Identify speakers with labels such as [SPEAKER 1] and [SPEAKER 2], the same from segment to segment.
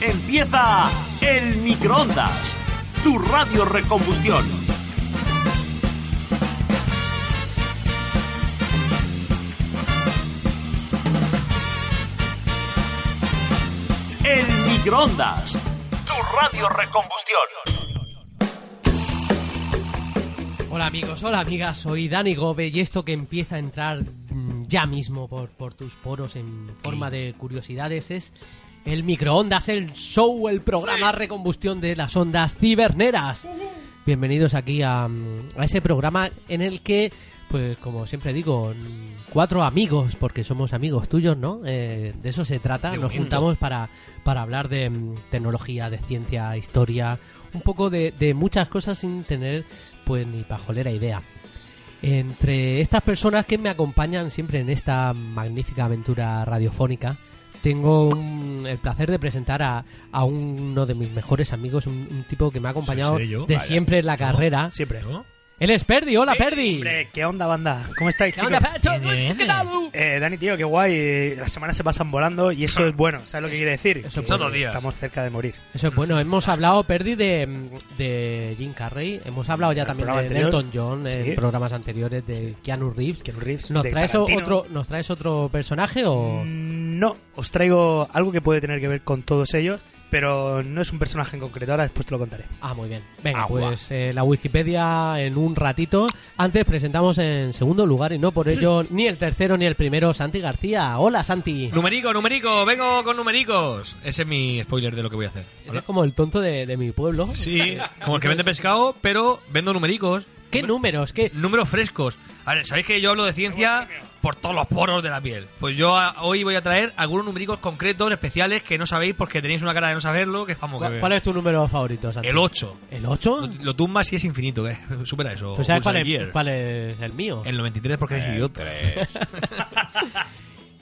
[SPEAKER 1] Empieza el microondas, tu radio recombustión. El microondas, tu radio recombustión.
[SPEAKER 2] Hola amigos, hola amigas, soy Dani Gobe y esto que empieza a entrar mm, ya mismo por, por tus poros en forma de curiosidades es el microondas, el show, el programa recombustión de las ondas ciberneras. Bienvenidos aquí a, mm, a ese programa en el que, pues como siempre digo, mm, cuatro amigos, porque somos amigos tuyos, ¿no? Eh, de eso se trata, nos juntamos para, para hablar de mm, tecnología, de ciencia, historia, un poco de, de muchas cosas sin tener pues ni pajolera idea. Entre estas personas que me acompañan siempre en esta magnífica aventura radiofónica, tengo un- el placer de presentar a, a uno de mis mejores amigos, un, un tipo que me ha acompañado
[SPEAKER 3] ¿Soy yo?
[SPEAKER 2] de
[SPEAKER 3] Vaya.
[SPEAKER 2] siempre en la carrera.
[SPEAKER 4] Siempre, ¿no?
[SPEAKER 2] Él es Perdi, hola Perdi.
[SPEAKER 4] Hombre, ¿qué onda, banda? ¿Cómo estáis,
[SPEAKER 2] ¿Qué
[SPEAKER 4] chicos?
[SPEAKER 2] onda, Perdi?
[SPEAKER 3] Bien.
[SPEAKER 2] ¿Qué tal?
[SPEAKER 4] Eh, Dani, tío, qué guay. eh, Las semanas se pasan volando y eso es bueno. ¿Sabes lo que quiere decir?
[SPEAKER 2] eso es
[SPEAKER 4] Que
[SPEAKER 3] bueno.
[SPEAKER 4] Estamos cerca de morir.
[SPEAKER 2] Eso es bueno, hemos hablado, Perdi, de, de Jim Carrey, hemos hablado ya
[SPEAKER 4] El
[SPEAKER 2] también de
[SPEAKER 4] programa anterior.
[SPEAKER 2] Elton John
[SPEAKER 4] Sí.
[SPEAKER 2] en programas anteriores de Keanu Reeves.
[SPEAKER 4] Keanu Reeves,
[SPEAKER 2] ¿Nos
[SPEAKER 4] de
[SPEAKER 2] traes,
[SPEAKER 4] Tarantino.
[SPEAKER 2] otro, ¿Nos traes otro personaje o...?
[SPEAKER 4] Mm, No, os traigo algo que puede tener que ver con todos ellos, pero no es un personaje en concreto. Ahora después te lo contaré.
[SPEAKER 2] Ah, muy bien. Venga,
[SPEAKER 3] Agua.
[SPEAKER 2] pues eh, la Wikipedia en un ratito. Antes presentamos en segundo lugar y no por ello ni el tercero ni el primero, Santi García. Hola, Santi.
[SPEAKER 3] Numerico, numerico, vengo con numericos. Ese es mi spoiler de lo que voy a hacer.
[SPEAKER 2] Eres como el tonto de, de mi pueblo.
[SPEAKER 3] Sí, como el que vende pescado, pero vendo numericos.
[SPEAKER 2] ¿Qué números? ¿Qué?
[SPEAKER 3] Números frescos. A ver, sabéis que yo hablo de ciencia por todos los poros de la piel. Pues yo a- hoy voy a traer algunos numéricos concretos, especiales, que no sabéis porque tenéis una cara de no saberlo, que vamos
[SPEAKER 2] ¿Cuál,
[SPEAKER 3] que
[SPEAKER 2] cuál es tu número favorito, Santi?
[SPEAKER 3] El 8.
[SPEAKER 2] ¿El 8?
[SPEAKER 3] Lo, lo tumbas y es infinito, que supera eso.
[SPEAKER 2] ¿Tú sabes cuál
[SPEAKER 3] Pulsar
[SPEAKER 2] es,
[SPEAKER 3] year.
[SPEAKER 2] cuál es el mío?
[SPEAKER 3] El 93 porque es idiota.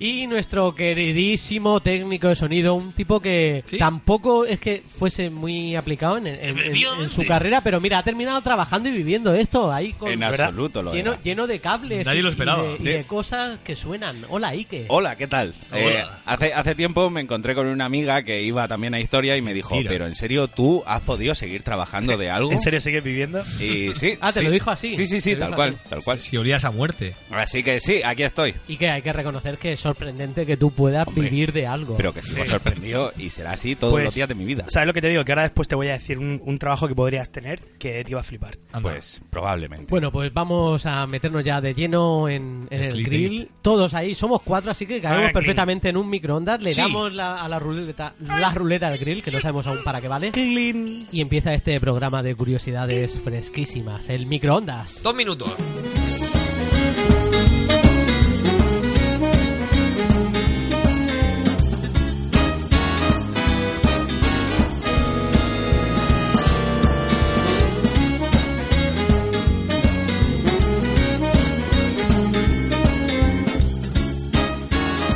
[SPEAKER 2] Y nuestro queridísimo técnico de sonido, un tipo que
[SPEAKER 3] Sí.
[SPEAKER 2] tampoco es que fuese muy aplicado en, en- en- en su
[SPEAKER 3] Efectivamente.
[SPEAKER 2] carrera, pero mira, ha terminado trabajando y viviendo esto ahí con,
[SPEAKER 5] En
[SPEAKER 4] ¿verdad?
[SPEAKER 5] absoluto lo
[SPEAKER 2] lleno,
[SPEAKER 5] era.
[SPEAKER 2] lleno de cables
[SPEAKER 3] Nadie
[SPEAKER 2] y,
[SPEAKER 3] lo esperaba.
[SPEAKER 2] y de, y de cosas que suenan. Hola, Ike.
[SPEAKER 5] Hola, ¿qué tal?
[SPEAKER 3] Hola.
[SPEAKER 5] Eh, hace, hace tiempo me encontré con una amiga que iba también a historia y me dijo,
[SPEAKER 3] Mentira.
[SPEAKER 5] pero en serio, ¿tú has podido seguir trabajando de algo?
[SPEAKER 4] ¿En serio sigues viviendo?
[SPEAKER 5] Y sí.
[SPEAKER 2] Ah, te
[SPEAKER 5] sí.
[SPEAKER 2] lo dijo así.
[SPEAKER 5] Sí, sí,
[SPEAKER 2] Te
[SPEAKER 5] sí,
[SPEAKER 2] lo
[SPEAKER 5] tal
[SPEAKER 2] dijo
[SPEAKER 5] cual,
[SPEAKER 2] así.
[SPEAKER 5] tal cual.
[SPEAKER 3] Si olías a muerte.
[SPEAKER 5] Así que sí, aquí estoy.
[SPEAKER 2] Y que hay que reconocer que es sorprendente que tú puedas
[SPEAKER 5] Hombre,
[SPEAKER 2] vivir de algo.
[SPEAKER 5] Pero que sigo sorprendido y será así todos
[SPEAKER 4] Pues,
[SPEAKER 5] los días de mi vida.
[SPEAKER 4] ¿Sabes lo que te digo? Que ahora después te voy a decir un, un trabajo que podrías tener que te iba a flipar.
[SPEAKER 3] Anda.
[SPEAKER 5] Pues probablemente.
[SPEAKER 2] Bueno, pues vamos a meternos ya de lleno en, en el
[SPEAKER 3] El
[SPEAKER 2] grill.
[SPEAKER 3] grill.
[SPEAKER 2] Todos ahí, somos cuatro, así que
[SPEAKER 4] Ah,
[SPEAKER 2] caemos
[SPEAKER 4] grill.
[SPEAKER 2] perfectamente en un microondas. Le
[SPEAKER 3] Sí.
[SPEAKER 2] damos la- a la ruleta, la ruleta del grill, que no sabemos aún para qué vale. Y empieza este programa de curiosidades fresquísimas, el microondas.
[SPEAKER 3] Dos minutos.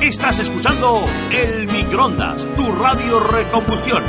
[SPEAKER 1] Estás escuchando el microondas, tu radio recombustión.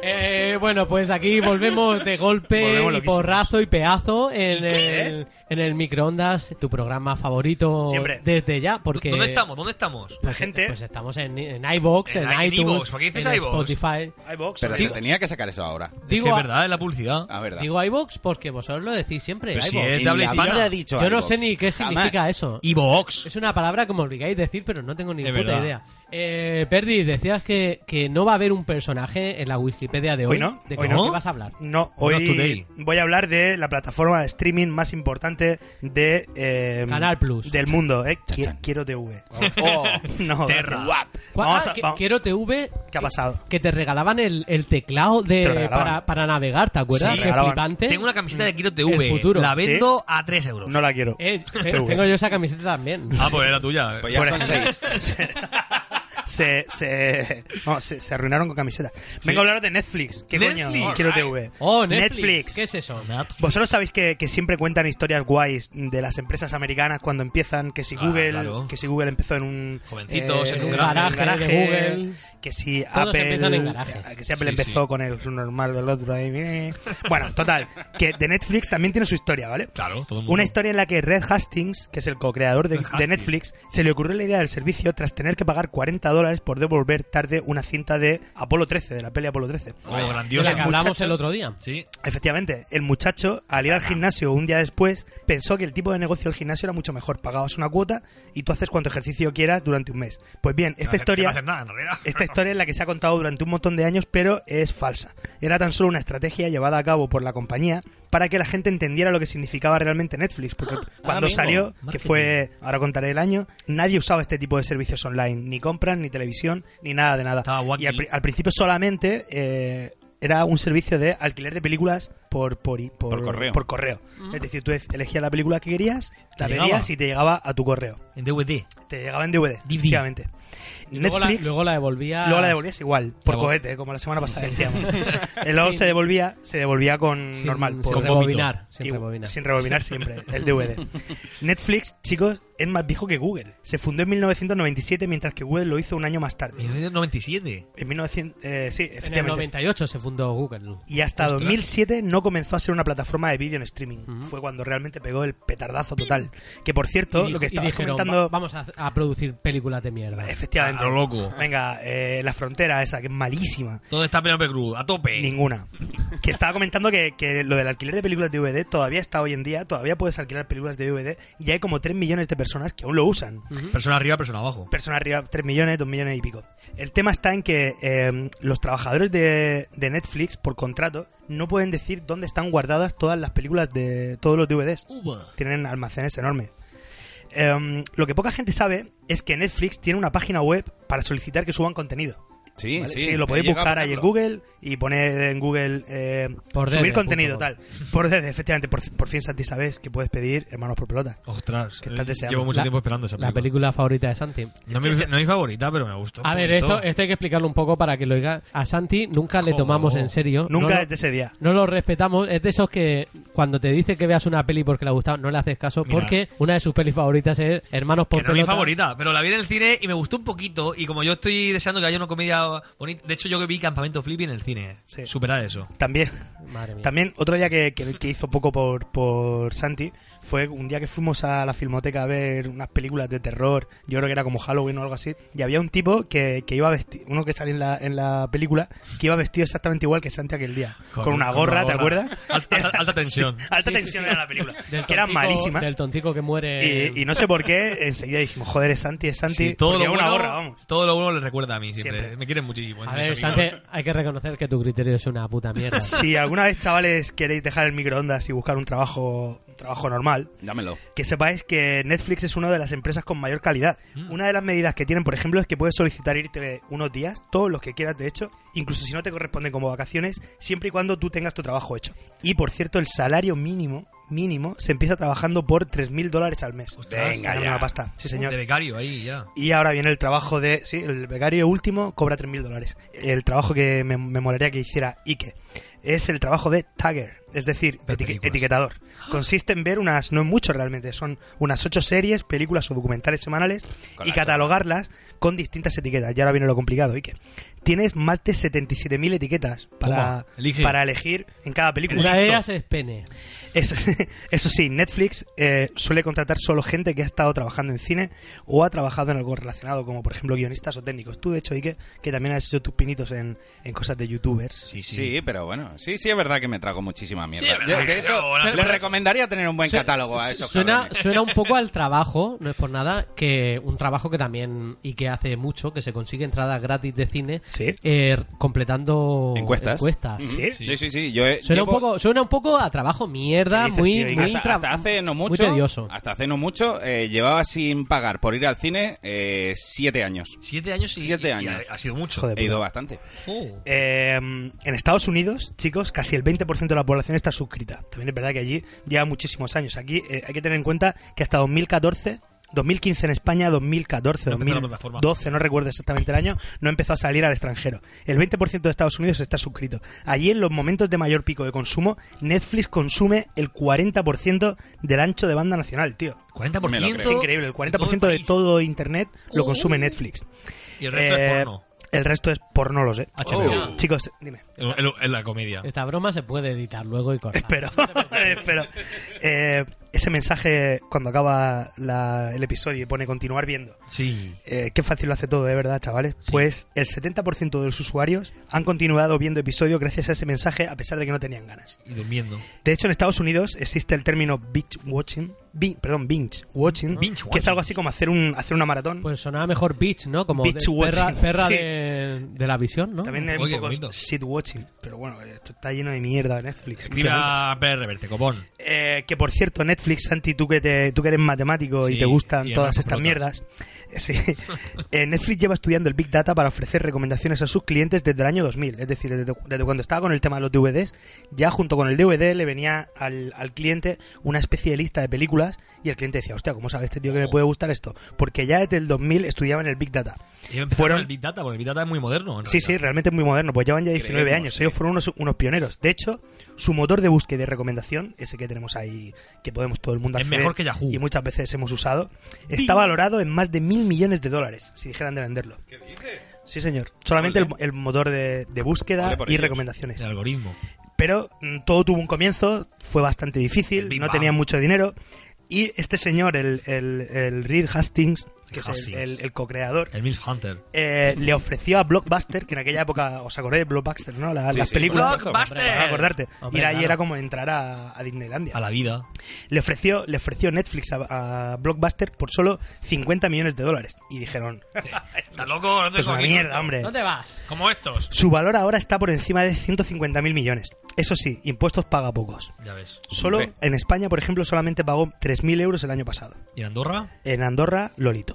[SPEAKER 2] Eh, bueno, pues aquí volvemos de golpe, y
[SPEAKER 4] Volvemos loquísimos.
[SPEAKER 2] porrazo y pedazo en el, en el microondas, tu programa favorito
[SPEAKER 4] Siempre.
[SPEAKER 2] desde ya, porque...
[SPEAKER 3] ¿Dónde estamos? ¿Dónde estamos?
[SPEAKER 4] La gente...
[SPEAKER 2] Pues estamos en, en iVoox, en,
[SPEAKER 3] En i- en
[SPEAKER 2] iTunes,
[SPEAKER 3] iVoox, ¿por qué dices
[SPEAKER 2] en
[SPEAKER 3] iVoox?
[SPEAKER 2] Spotify.
[SPEAKER 4] iVox,
[SPEAKER 5] pero se
[SPEAKER 4] iVox.
[SPEAKER 5] tenía que sacar eso ahora.
[SPEAKER 2] Digo, a-
[SPEAKER 3] es que es verdad, es la publicidad.
[SPEAKER 5] Ah, verdad.
[SPEAKER 2] digo iVoox porque vosotros lo decís siempre.
[SPEAKER 3] Pero si
[SPEAKER 2] iVoox.
[SPEAKER 3] es
[SPEAKER 5] Y
[SPEAKER 3] de habla
[SPEAKER 5] la
[SPEAKER 3] hispana.
[SPEAKER 5] vida he dicho
[SPEAKER 2] Yo no
[SPEAKER 5] iVoox.
[SPEAKER 2] sé ni qué significa
[SPEAKER 5] Jamás.
[SPEAKER 2] eso.
[SPEAKER 3] Evox.
[SPEAKER 2] Es una palabra que me obligáis a decir, pero no tengo ni
[SPEAKER 3] Es
[SPEAKER 2] puta
[SPEAKER 3] verdad.
[SPEAKER 2] idea. Eh, Perdi, decías que, que no va a haber un personaje en la Wikipedia de hoy.
[SPEAKER 4] Hoy no, no.
[SPEAKER 2] ¿De
[SPEAKER 4] hoy
[SPEAKER 2] cómo
[SPEAKER 4] no.
[SPEAKER 2] vas a hablar?
[SPEAKER 4] No,
[SPEAKER 3] Bueno,
[SPEAKER 4] hoy
[SPEAKER 3] today.
[SPEAKER 4] voy a hablar de la plataforma de streaming más importante de eh,
[SPEAKER 2] Canal Plus.
[SPEAKER 4] del mundo, eh. Qui-
[SPEAKER 5] Chan.
[SPEAKER 4] Quiero TV. no,
[SPEAKER 3] Terra.
[SPEAKER 4] guap.
[SPEAKER 2] ¿Cuál-
[SPEAKER 4] Vamos
[SPEAKER 2] ah,
[SPEAKER 4] a-
[SPEAKER 2] que-
[SPEAKER 4] vamos-
[SPEAKER 2] Quiero TV.
[SPEAKER 4] ¿Qué ha pasado?
[SPEAKER 2] Que te regalaban el, el teclado de,
[SPEAKER 4] Te lo regalaban.
[SPEAKER 2] para, para navegar, ¿te acuerdas?
[SPEAKER 4] Sí,
[SPEAKER 2] Qué
[SPEAKER 4] regalaban.
[SPEAKER 2] flipante.
[SPEAKER 3] Tengo una camiseta de Kiro
[SPEAKER 2] El
[SPEAKER 3] TV.
[SPEAKER 2] futuro.
[SPEAKER 3] La vendo a 3 euros.
[SPEAKER 4] No la quiero.
[SPEAKER 2] Eh, te-
[SPEAKER 4] TV.
[SPEAKER 2] tengo yo esa camiseta también.
[SPEAKER 3] Ah, pues era tuya.
[SPEAKER 5] Pues ya
[SPEAKER 4] Por
[SPEAKER 5] son
[SPEAKER 4] ejemplo.
[SPEAKER 5] seis.
[SPEAKER 4] se, se, se- no, se- se arruinaron con camisetas. Vengo a hablar de Netflix. ¿Qué coño?
[SPEAKER 3] Netflix.
[SPEAKER 4] Quiero TV.
[SPEAKER 2] Oh, Netflix. ¿Qué es eso?
[SPEAKER 4] Vosotros sabéis que, que siempre cuentan historias guays de las empresas americanas cuando empiezan, que si
[SPEAKER 3] Ah,
[SPEAKER 4] Google,
[SPEAKER 3] claro.
[SPEAKER 4] que si Google empezó en un eh,
[SPEAKER 3] Jovencitos, en un
[SPEAKER 2] garaje de Google.
[SPEAKER 4] que si
[SPEAKER 2] Todos
[SPEAKER 4] Apple,
[SPEAKER 2] empiezan en garaje.
[SPEAKER 4] que si Apple
[SPEAKER 3] Sí,
[SPEAKER 4] empezó
[SPEAKER 3] sí.
[SPEAKER 4] con el normal del otro ahí, eh. Bueno, total, que de Netflix también tiene su historia, ¿vale?
[SPEAKER 3] Claro, todo el mundo.
[SPEAKER 4] Una historia en la que Red Hastings, que es el co-creador de,
[SPEAKER 3] Red
[SPEAKER 4] de
[SPEAKER 3] Hastings.
[SPEAKER 4] Netflix, se le ocurrió la idea del servicio tras tener que pagar 40 dólares por devolver tarde una cinta de Apolo 13, de la peli Apolo 13.
[SPEAKER 3] Oh,
[SPEAKER 2] De
[SPEAKER 3] grandiosa.
[SPEAKER 2] la que hablamos el otro día.
[SPEAKER 3] Sí.
[SPEAKER 4] Efectivamente, el muchacho, al ir al gimnasio un día después, pensó que el tipo de negocio del gimnasio era mucho mejor. Pagabas una cuota y tú haces cuanto ejercicio quieras durante un mes. Pues bien, esta
[SPEAKER 3] No
[SPEAKER 4] historia...
[SPEAKER 3] haces nada, en realidad.
[SPEAKER 4] Esta historia es la que se ha contado durante un montón de años, pero es falsa. Era tan solo una estrategia llevada a cabo por la compañía para que la gente entendiera lo que significaba realmente Netflix. Porque cuando
[SPEAKER 5] amigo,
[SPEAKER 4] salió, que fue, ahora contaré el año, nadie usaba este tipo de servicios online, ni compras, ni televisión, ni nada de nada.
[SPEAKER 3] Estaba wacky.
[SPEAKER 4] Y al, pri- al principio solamente eh, era un servicio de alquiler de películas por, por, i- por-
[SPEAKER 5] Por correo.
[SPEAKER 4] por correo. Es decir, tú elegías la película que querías, la
[SPEAKER 3] Te llegaba.
[SPEAKER 4] veías y te llegaba a tu correo.
[SPEAKER 3] En DVD.
[SPEAKER 4] Te llegaba en DVD, efectivamente.
[SPEAKER 2] Y luego, la, luego la devolvía.
[SPEAKER 4] Luego la devolvías igual, por
[SPEAKER 3] Luego-
[SPEAKER 4] cohete, como la semana pasada decíamos. El luego se devolvía, se devolvía con
[SPEAKER 2] sin-
[SPEAKER 4] normal.
[SPEAKER 2] Sin
[SPEAKER 4] por-
[SPEAKER 2] rebobinar. Sin
[SPEAKER 4] y-
[SPEAKER 2] rebobinar.
[SPEAKER 4] sin rebobinar siempre, el DVD. Netflix, chicos, es más viejo que Google. Se fundó en 1997, mientras que Google lo hizo un año más tarde.
[SPEAKER 3] 1997.
[SPEAKER 4] En 1900, eh, sí,
[SPEAKER 2] En el
[SPEAKER 4] efectivamente.
[SPEAKER 2] 98 se fundó Google.
[SPEAKER 4] Y hasta
[SPEAKER 3] Ostras.
[SPEAKER 4] 2007 no comenzó a ser una plataforma de vídeo en streaming.
[SPEAKER 2] Ujú.
[SPEAKER 4] Fue cuando realmente pegó el petardazo total. Que por cierto,
[SPEAKER 2] Y-
[SPEAKER 4] lo que
[SPEAKER 2] y
[SPEAKER 4] estabas
[SPEAKER 2] dijeron,
[SPEAKER 4] comentando.
[SPEAKER 2] "Va- Vamos a, a producir películas de mierda.
[SPEAKER 4] Efectivamente.
[SPEAKER 3] A lo loco.
[SPEAKER 4] Venga, eh, la frontera esa, que es malísima.
[SPEAKER 3] ¿Dónde está Penelope Cruz? A tope.
[SPEAKER 4] Ninguna. Que estaba comentando que, que lo del alquiler de películas de DVD todavía está hoy en día, todavía puedes alquilar películas de DVD y hay como 3 millones de personas que aún lo usan.
[SPEAKER 3] Persona arriba, persona abajo.
[SPEAKER 4] Personas arriba, 3 millones, 2 millones y pico. El tema está en que eh, los trabajadores de, de Netflix, por contrato, no pueden decir dónde están guardadas todas las películas de todos los DVDs
[SPEAKER 3] Uva.
[SPEAKER 4] tienen almacenes enormes. Em, lo que poca gente sabe es que Netflix tiene una página web para solicitar que suban contenido.
[SPEAKER 5] Sí,
[SPEAKER 4] ¿vale?
[SPEAKER 5] sí.
[SPEAKER 4] lo podéis
[SPEAKER 5] He llegado
[SPEAKER 4] buscar
[SPEAKER 5] a
[SPEAKER 4] ahí en
[SPEAKER 5] ponerlo.
[SPEAKER 4] Google y poner en Google eh,
[SPEAKER 2] Por
[SPEAKER 4] subir
[SPEAKER 2] debe,
[SPEAKER 4] contenido,
[SPEAKER 2] punto com.
[SPEAKER 4] tal. Por debe, efectivamente, por, por fin Santi sabes que puedes pedir hermanos por pelota.
[SPEAKER 3] Ostras.
[SPEAKER 4] ¿Qué estás
[SPEAKER 3] eh,
[SPEAKER 4] deseando?
[SPEAKER 3] Llevo mucho
[SPEAKER 2] La-
[SPEAKER 3] tiempo esperando esa
[SPEAKER 2] La
[SPEAKER 3] película.
[SPEAKER 2] película favorita de Santi.
[SPEAKER 3] No, es mi, no es mi favorita, pero me gustó.
[SPEAKER 2] A ver, esto, esto hay que explicarlo un poco para que lo diga. A Santi nunca le
[SPEAKER 3] Joder.
[SPEAKER 2] tomamos en serio.
[SPEAKER 4] Nunca
[SPEAKER 2] No lo-
[SPEAKER 4] desde ese día.
[SPEAKER 2] No lo respetamos, es de esos que cuando te dice que veas una peli porque le ha gustado, no le haces caso,
[SPEAKER 3] Mira.
[SPEAKER 2] porque una de sus pelis favoritas es Hermanos por
[SPEAKER 3] Que no es mi
[SPEAKER 2] Pelota.
[SPEAKER 3] favorita, pero la vi en el cine y me gustó un poquito. Y como yo estoy deseando que haya una comedia bonita. De hecho, yo que vi Campamento Flippy en el cine.
[SPEAKER 4] Sí.
[SPEAKER 3] Superar eso.
[SPEAKER 4] También,
[SPEAKER 2] Madre mía.
[SPEAKER 4] también otro día que, que, que hizo poco por, por Santi fue un día que fuimos a la filmoteca a ver unas películas de terror, yo creo que era como Halloween o algo así, y había un tipo que, que iba vestido, uno que sale en la, en la película, que iba vestido exactamente igual que Santi aquel día, con, una gorra, ¿te acuerdas?
[SPEAKER 3] Alta, alta- alta tensión.
[SPEAKER 4] Sí, alta
[SPEAKER 2] Sí,
[SPEAKER 4] tensión
[SPEAKER 2] sí, sí.
[SPEAKER 4] era la película,
[SPEAKER 2] Del
[SPEAKER 4] que era
[SPEAKER 2] tontico-
[SPEAKER 4] malísima.
[SPEAKER 2] Del tontico que muere.
[SPEAKER 4] Y, y no sé por qué, enseguida dijimos, joder, es Santi, es Santi,
[SPEAKER 3] Eh, Sí, todo,
[SPEAKER 4] porque
[SPEAKER 3] lo
[SPEAKER 4] lleva
[SPEAKER 3] bueno,
[SPEAKER 4] una gorra, vamos.
[SPEAKER 3] todo lo bueno les recuerda a mí siempre.
[SPEAKER 4] Siempre.
[SPEAKER 3] Me quieren muchísimo.
[SPEAKER 2] A
[SPEAKER 3] mis
[SPEAKER 2] ver,
[SPEAKER 3] amigos.
[SPEAKER 2] Santi, hay que reconocer que tu criterio es una puta mierda.
[SPEAKER 4] Si alguna vez, chavales, queréis dejar el microondas y buscar un trabajo, un trabajo normal,
[SPEAKER 5] Dámelo.
[SPEAKER 4] que sepáis que Netflix es una de las empresas con mayor calidad.
[SPEAKER 3] Mm.
[SPEAKER 4] Una de las medidas que tienen, por ejemplo, es que puedes solicitar irte unos días, todos los que quieras, de hecho, incluso si no te corresponden como vacaciones, siempre y cuando tú tengas tu trabajo hecho. Y, por cierto, el salario mínimo, mínimo, se empieza trabajando por 3.000 dólares al mes.
[SPEAKER 3] Ostras,
[SPEAKER 4] Ganar
[SPEAKER 3] ya.
[SPEAKER 4] una pasta. Sí, señor.
[SPEAKER 3] De becario ahí, ya.
[SPEAKER 4] Y ahora viene el trabajo de. Sí, el becario último cobra 3.000 dólares. El trabajo que me, me molaría que hiciera Ike es el trabajo de tagger, es decir,
[SPEAKER 3] Ver
[SPEAKER 4] etique-
[SPEAKER 3] películas.
[SPEAKER 4] etiquetador. Consiste en ver unas, no es mucho realmente, son unas ocho series, películas o documentales semanales
[SPEAKER 5] Con
[SPEAKER 4] y
[SPEAKER 5] la
[SPEAKER 4] catalogarlas con distintas etiquetas. Y ahora viene lo complicado, Ike. Tienes más de 77.000 etiquetas para,
[SPEAKER 3] Toma, elige.
[SPEAKER 4] para elegir en cada película.
[SPEAKER 2] Una de ellas es Pene.
[SPEAKER 4] Eso, eso sí, Netflix eh, suele contratar solo gente que ha estado trabajando en cine o ha trabajado en algo relacionado, como por ejemplo guionistas o técnicos. Tú, de hecho, Ike, que también has hecho tus pinitos en, en cosas de youtubers.
[SPEAKER 5] Sí, pero bueno, Sí, sí, es verdad que me trago muchísima
[SPEAKER 3] Sí,
[SPEAKER 5] mierda.
[SPEAKER 3] es verdad
[SPEAKER 5] Yo,
[SPEAKER 3] que
[SPEAKER 5] de
[SPEAKER 3] te
[SPEAKER 5] hecho,
[SPEAKER 3] trago una
[SPEAKER 5] le
[SPEAKER 3] cerveza.
[SPEAKER 5] recomendaría tener un buen
[SPEAKER 2] Su-
[SPEAKER 5] catálogo a
[SPEAKER 2] su-
[SPEAKER 5] esos
[SPEAKER 2] suena,
[SPEAKER 5] cabrones.
[SPEAKER 2] suena un poco al trabajo, no es por nada, que un trabajo que también y que hace mucho, que se consigue entradas gratis de cine
[SPEAKER 4] Sí.
[SPEAKER 2] eh, completando
[SPEAKER 5] Encuestas.
[SPEAKER 4] ¿Sí?
[SPEAKER 5] Sí, sí, sí. Yo he-
[SPEAKER 2] Suena,
[SPEAKER 5] llevo-
[SPEAKER 2] un poco, suena un poco a trabajo mierda,
[SPEAKER 4] ¿Qué dices,
[SPEAKER 2] muy,
[SPEAKER 4] tío? Y
[SPEAKER 2] muy,
[SPEAKER 5] hasta,
[SPEAKER 2] tra-
[SPEAKER 5] hasta hace no
[SPEAKER 2] muy
[SPEAKER 5] mucho,
[SPEAKER 2] tedioso.
[SPEAKER 5] hasta hace no mucho, eh, llevaba sin pagar por ir al cine eh, siete años.
[SPEAKER 3] Siete años y,
[SPEAKER 5] Siete
[SPEAKER 3] y- y
[SPEAKER 5] años.
[SPEAKER 3] ha, ha sido mucho.
[SPEAKER 4] Joder.
[SPEAKER 5] He ido bastante.
[SPEAKER 3] Oh.
[SPEAKER 4] Eh, en Estados Unidos, chicos, casi el 20% de la población está suscrita. También es verdad que allí lleva muchísimos años. Aquí eh, hay que tener en cuenta que hasta 2014, 2015 en España, 2014,
[SPEAKER 3] No empezó la plataforma.
[SPEAKER 4] 2012, no recuerdo exactamente el año, no empezó a salir al extranjero. El 20% de Estados Unidos está suscrito. Allí en los momentos de mayor pico de consumo, Netflix consume el 40% del ancho de banda nacional, tío.
[SPEAKER 3] 40%.
[SPEAKER 5] Me lo creo.
[SPEAKER 4] Es increíble, el 40%
[SPEAKER 3] todo el
[SPEAKER 4] de
[SPEAKER 3] país. Uh.
[SPEAKER 4] todo Internet lo consume Netflix.
[SPEAKER 3] Y el resto es
[SPEAKER 4] Eh,
[SPEAKER 3] porno.
[SPEAKER 4] El resto es porno, lo sé.
[SPEAKER 3] HBO.
[SPEAKER 4] Chicos, dime.
[SPEAKER 3] El- el- el- la comedia.
[SPEAKER 2] Esta broma se puede editar luego y cortar.
[SPEAKER 4] Espero, espero. Eh, ese mensaje cuando acaba la- el episodio y pone continuar viendo.
[SPEAKER 3] Sí.
[SPEAKER 4] Eh, qué fácil lo hace todo, de verdad, chavales. Pues el 70% de los usuarios han continuado viendo episodios gracias a ese mensaje a pesar de que no tenían ganas.
[SPEAKER 3] Y durmiendo.
[SPEAKER 4] De hecho, en Estados Unidos existe el término binge watching, bi- perdón, binge watching,
[SPEAKER 3] Binge
[SPEAKER 4] que es
[SPEAKER 3] watching.
[SPEAKER 4] algo así como hacer un hacer una maratón.
[SPEAKER 2] Pues sonaba mejor Beach, ¿no? Como
[SPEAKER 4] Beach
[SPEAKER 2] de- perra,
[SPEAKER 4] watching,
[SPEAKER 2] perra
[SPEAKER 4] sí.
[SPEAKER 2] de, de la visión, ¿no?
[SPEAKER 4] También hay
[SPEAKER 3] Oye,
[SPEAKER 4] un poco
[SPEAKER 3] bonito.
[SPEAKER 4] shit watching, pero bueno, esto está lleno de mierda de Netflix.
[SPEAKER 3] Escribe
[SPEAKER 4] últimamente.
[SPEAKER 3] a PR Reverte, copón.
[SPEAKER 4] Eh, que por cierto, Netflix, Santi, tú que, te, tú que eres matemático y
[SPEAKER 3] Sí,
[SPEAKER 4] te gustan
[SPEAKER 3] y
[SPEAKER 4] todas
[SPEAKER 3] además
[SPEAKER 4] estas
[SPEAKER 3] con
[SPEAKER 4] mierdas. eh, sí. Eh, Netflix lleva estudiando el Big Data para ofrecer recomendaciones a sus clientes desde el año 2000. Es decir, desde, desde cuando estaba con el tema de los DVDs, ya junto con el DVD le venía al, al cliente una especie de lista de películas y el cliente decía, hostia, ¿cómo sabe este tío que
[SPEAKER 3] Oh.
[SPEAKER 4] me puede gustar esto? Porque ya desde el 2000 estudiaban el Big Data.
[SPEAKER 3] Y empezaron
[SPEAKER 4] Fueron-
[SPEAKER 3] el Big Data, porque el Big Data es muy moderno. en
[SPEAKER 4] Sí, sí,
[SPEAKER 3] realidad.
[SPEAKER 4] realmente es muy moderno, pues llevan ya 19
[SPEAKER 5] Creemos,
[SPEAKER 4] años,
[SPEAKER 5] sí.
[SPEAKER 4] ellos fueron unos, unos pioneros. De hecho, su motor de búsqueda y de recomendación, ese que tenemos ahí, que podemos todo el mundo
[SPEAKER 3] Es
[SPEAKER 4] acceder,
[SPEAKER 3] mejor que Yahoo.
[SPEAKER 4] y muchas veces hemos usado, está valorado en más de mil millones de dólares, si dijeran de venderlo. ¿Qué Sí, señor. Solamente el,
[SPEAKER 5] Ole.
[SPEAKER 4] el motor de, de búsqueda
[SPEAKER 5] Ole por
[SPEAKER 4] y
[SPEAKER 5] ellos.
[SPEAKER 4] recomendaciones.
[SPEAKER 3] El algoritmo.
[SPEAKER 4] Pero mm, todo tuvo un comienzo, fue bastante
[SPEAKER 3] El
[SPEAKER 4] difícil,
[SPEAKER 3] Big
[SPEAKER 4] no
[SPEAKER 3] Bang.
[SPEAKER 4] tenían mucho dinero. Y este señor, el, el, el Reed Hastings, que es el-
[SPEAKER 3] Hastings.
[SPEAKER 4] el- el co-creador,
[SPEAKER 3] El Milf Hunter.
[SPEAKER 4] eh, le ofreció a Blockbuster, que en aquella época os acordáis de Blockbuster, ¿no? La-
[SPEAKER 5] Sí,
[SPEAKER 4] las
[SPEAKER 5] sí.
[SPEAKER 4] películas.
[SPEAKER 5] Blockbuster.
[SPEAKER 4] Para acordarte.
[SPEAKER 2] Hombre,
[SPEAKER 4] ir ahí
[SPEAKER 2] claro.
[SPEAKER 4] era como entrar a, a Disneylandia.
[SPEAKER 3] A la vida.
[SPEAKER 4] Le ofreció, le ofreció Netflix a, a Blockbuster por solo 50 millones de dólares. Y dijeron,
[SPEAKER 3] Está loco, no
[SPEAKER 4] esto es Pues una mierda, hombre.
[SPEAKER 2] ¿Dónde vas?
[SPEAKER 3] Como estos.
[SPEAKER 4] Su valor ahora está por encima de 150 mil millones. Eso sí, impuestos paga pocos.
[SPEAKER 3] Ya ves.
[SPEAKER 4] Solo
[SPEAKER 5] Hombre.
[SPEAKER 4] en España, por ejemplo, solamente pagó 3.000 euros el año pasado.
[SPEAKER 3] ¿Y en Andorra?
[SPEAKER 4] En Andorra, Lolito.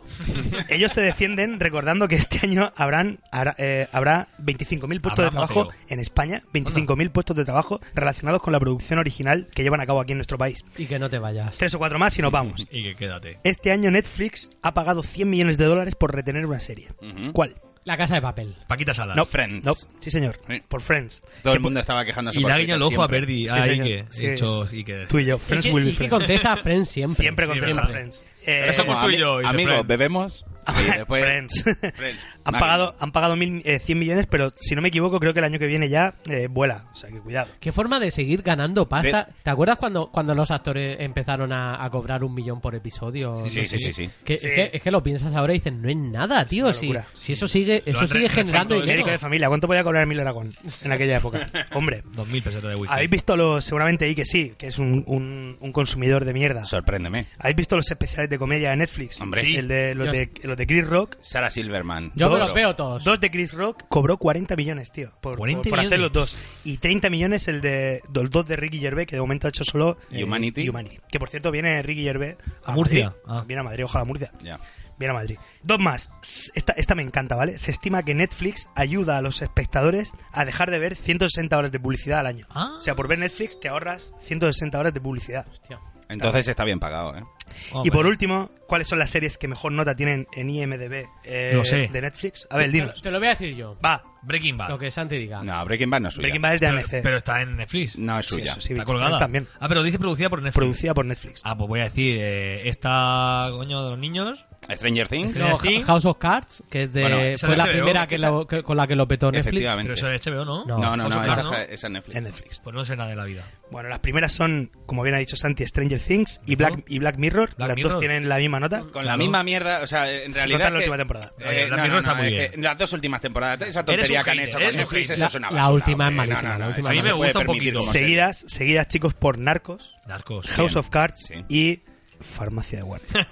[SPEAKER 4] Ellos se defienden recordando que este año habrán, hará- eh, habrá 25.000 puestos
[SPEAKER 3] Habrá
[SPEAKER 4] de trabajo
[SPEAKER 3] moteo.
[SPEAKER 4] en España, 25.000 puestos de trabajo relacionados con la producción original que llevan a cabo aquí en nuestro país.
[SPEAKER 2] Y que no te vayas.
[SPEAKER 4] Tres o cuatro más y nos vamos.
[SPEAKER 3] Y que quédate.
[SPEAKER 4] Este año Netflix ha pagado 100 millones de dólares por retener una serie.
[SPEAKER 5] Ujú.
[SPEAKER 4] ¿Cuál?
[SPEAKER 2] La casa de papel.
[SPEAKER 3] Paquita Salas.
[SPEAKER 4] No,
[SPEAKER 5] Mm-hmm. Friends.
[SPEAKER 4] No, sí señor,
[SPEAKER 5] Sí.
[SPEAKER 4] por Friends. Que
[SPEAKER 5] Todo el
[SPEAKER 4] po-
[SPEAKER 5] mundo estaba quejándose
[SPEAKER 3] Y
[SPEAKER 5] por
[SPEAKER 3] le
[SPEAKER 5] Twitter
[SPEAKER 3] guiña el ojo a
[SPEAKER 5] siempre.
[SPEAKER 3] Verdi.
[SPEAKER 4] Sí,
[SPEAKER 3] a
[SPEAKER 4] señor.
[SPEAKER 3] Ike.
[SPEAKER 4] Sí.
[SPEAKER 3] Hecho Ike.
[SPEAKER 4] Tú y yo,
[SPEAKER 2] ¿Y
[SPEAKER 4] Friends
[SPEAKER 2] que-
[SPEAKER 4] will
[SPEAKER 2] y
[SPEAKER 4] be
[SPEAKER 2] que
[SPEAKER 4] friends.
[SPEAKER 2] contesta Friends siempre.
[SPEAKER 4] Siempre contesta
[SPEAKER 3] siempre.
[SPEAKER 4] Friends. Eh,
[SPEAKER 3] Pero somos tú y yo, y de
[SPEAKER 5] Amigos,
[SPEAKER 3] Friends.
[SPEAKER 5] bebemos. y después-
[SPEAKER 4] Friends.
[SPEAKER 5] Friends.
[SPEAKER 4] Han
[SPEAKER 5] Una
[SPEAKER 4] pagado,
[SPEAKER 5] mierda.
[SPEAKER 4] han pagado mil, eh, 100 millones, pero si no me equivoco, creo que el año que viene ya eh, vuela. O sea, que cuidado.
[SPEAKER 2] Qué forma de seguir ganando pasta. ¿Te acuerdas cuando, cuando los actores empezaron a, a cobrar un millón por episodio?
[SPEAKER 5] Sí, sí,
[SPEAKER 2] No sé
[SPEAKER 5] sí,
[SPEAKER 2] qué.
[SPEAKER 5] sí, sí.
[SPEAKER 2] Que-
[SPEAKER 4] Sí.
[SPEAKER 2] Es, que, es que lo piensas ahora y dices, no es nada, tío.
[SPEAKER 4] una
[SPEAKER 2] si,
[SPEAKER 4] locura.
[SPEAKER 2] si eso sigue, eso
[SPEAKER 3] han re-
[SPEAKER 2] sigue generando
[SPEAKER 5] Pues
[SPEAKER 3] resuelto
[SPEAKER 4] Médico
[SPEAKER 2] dinero.
[SPEAKER 4] de familia, ¿cuánto podía cobrar Emilio Aragón en aquella época? Hombre,
[SPEAKER 3] 2000 pesetas de whisky.
[SPEAKER 4] habéis visto los, seguramente ahí que sí, que es un, un- un consumidor de mierda.
[SPEAKER 5] Sorpréndeme.
[SPEAKER 4] ¿Habéis visto los especiales de comedia de Netflix?
[SPEAKER 5] Hombre.
[SPEAKER 3] Sí.
[SPEAKER 4] El de, los,
[SPEAKER 2] Yo-
[SPEAKER 4] de, los de Chris Rock.
[SPEAKER 5] Sara Silverman.
[SPEAKER 2] Yo me
[SPEAKER 4] Dos-
[SPEAKER 2] los veo todos.
[SPEAKER 4] Dos de Chris Rock cobró 40 millones, tío, por,
[SPEAKER 3] 40
[SPEAKER 4] por- por hacer los
[SPEAKER 3] millones.
[SPEAKER 4] dos. Y 30 millones el de los dos de Ricky Gervais, que de momento ha hecho solo eh,
[SPEAKER 5] Humanity.
[SPEAKER 4] Que por cierto viene Ricky Gervais a,
[SPEAKER 3] A Murcia.
[SPEAKER 4] Madrid.
[SPEAKER 3] Ah.
[SPEAKER 4] Viene a Madrid, ojalá a Murcia.
[SPEAKER 5] Ya.
[SPEAKER 4] Bien a Madrid. Dos más. S- Esta, esta me encanta, ¿vale? Se estima que Netflix ayuda a los espectadores a dejar de ver 160 horas de publicidad al año.
[SPEAKER 3] Ah.
[SPEAKER 4] O sea, por ver Netflix te ahorras 160 horas de publicidad.
[SPEAKER 2] Hostia.
[SPEAKER 5] Entonces está bien pagado, ¿eh?
[SPEAKER 3] Hombre.
[SPEAKER 4] Y por último, ¿cuáles son las series que mejor nota tienen en IMDB eh,
[SPEAKER 3] Lo sé.
[SPEAKER 4] de Netflix? A ver,
[SPEAKER 2] Te lo-
[SPEAKER 4] dinos.
[SPEAKER 2] Te lo voy a decir yo.
[SPEAKER 4] Va.
[SPEAKER 3] Breaking Bad.
[SPEAKER 2] Lo que Santi diga.
[SPEAKER 5] Ah. No, Breaking Bad no es suya.
[SPEAKER 4] Breaking Bad es de
[SPEAKER 3] Pero,
[SPEAKER 4] AMC.
[SPEAKER 3] pero está en Netflix.
[SPEAKER 5] No es
[SPEAKER 4] Sí,
[SPEAKER 5] suya.
[SPEAKER 4] eso sí,
[SPEAKER 3] está
[SPEAKER 4] Breaking
[SPEAKER 3] colgada.
[SPEAKER 4] Bad también.
[SPEAKER 3] Ah, pero dice producida por Netflix.
[SPEAKER 4] Producida por Netflix.
[SPEAKER 3] Ah, pues voy a decir, eh, esta coño de los niños.
[SPEAKER 5] Stranger Things. eh,
[SPEAKER 2] No,
[SPEAKER 3] Sí.
[SPEAKER 2] Ha- House of Cards, que es de,
[SPEAKER 5] Bueno, esa
[SPEAKER 2] fue
[SPEAKER 3] no
[SPEAKER 2] la
[SPEAKER 3] se veo,
[SPEAKER 2] primera que
[SPEAKER 3] esa-
[SPEAKER 2] lo- que- con la que lo petó Netflix.
[SPEAKER 5] Efectivamente.
[SPEAKER 3] Pero eso es HBO, ¿no?
[SPEAKER 2] No.
[SPEAKER 5] No, no,
[SPEAKER 3] House
[SPEAKER 5] no,
[SPEAKER 3] of
[SPEAKER 5] esa,
[SPEAKER 3] Cards, ¿no?
[SPEAKER 5] esa es Netflix.
[SPEAKER 4] en Netflix.
[SPEAKER 3] Pues no sé nada de la vida.
[SPEAKER 4] Bueno, las primeras son, como bien ha dicho Santi, Stranger Things y Black, y Black Mirror,
[SPEAKER 3] Black
[SPEAKER 4] las
[SPEAKER 3] Mirror.
[SPEAKER 4] dos tienen la misma nota.
[SPEAKER 5] Con la misma mierda, o sea, en
[SPEAKER 4] Sin contar
[SPEAKER 5] realidad.
[SPEAKER 4] la
[SPEAKER 5] es que-
[SPEAKER 4] última temporada.
[SPEAKER 5] Eh,
[SPEAKER 3] Oye, Black
[SPEAKER 5] no,
[SPEAKER 3] Mirror
[SPEAKER 5] no,
[SPEAKER 3] está
[SPEAKER 5] no,
[SPEAKER 3] muy
[SPEAKER 5] es
[SPEAKER 3] bien.
[SPEAKER 5] que las dos últimas temporadas, esa
[SPEAKER 3] Eres
[SPEAKER 5] tontería
[SPEAKER 3] un
[SPEAKER 5] que han
[SPEAKER 3] hater,
[SPEAKER 5] hecho
[SPEAKER 3] eres
[SPEAKER 5] con
[SPEAKER 3] un
[SPEAKER 5] Netflix,
[SPEAKER 3] hater.
[SPEAKER 5] eso es una
[SPEAKER 2] La- la
[SPEAKER 5] basura.
[SPEAKER 2] última es
[SPEAKER 5] hombre, no, no,
[SPEAKER 2] malísima, la
[SPEAKER 5] no,
[SPEAKER 2] última
[SPEAKER 5] eso
[SPEAKER 3] a mí
[SPEAKER 5] no
[SPEAKER 3] me
[SPEAKER 5] se puede
[SPEAKER 3] gusta un
[SPEAKER 5] permitir
[SPEAKER 3] poquito.
[SPEAKER 5] como serie.
[SPEAKER 4] Seguidas, seguidas, chicos, por Narcos,
[SPEAKER 3] Narcos.
[SPEAKER 4] House of Cards
[SPEAKER 5] Sí.
[SPEAKER 4] y Farmacia de Guardia.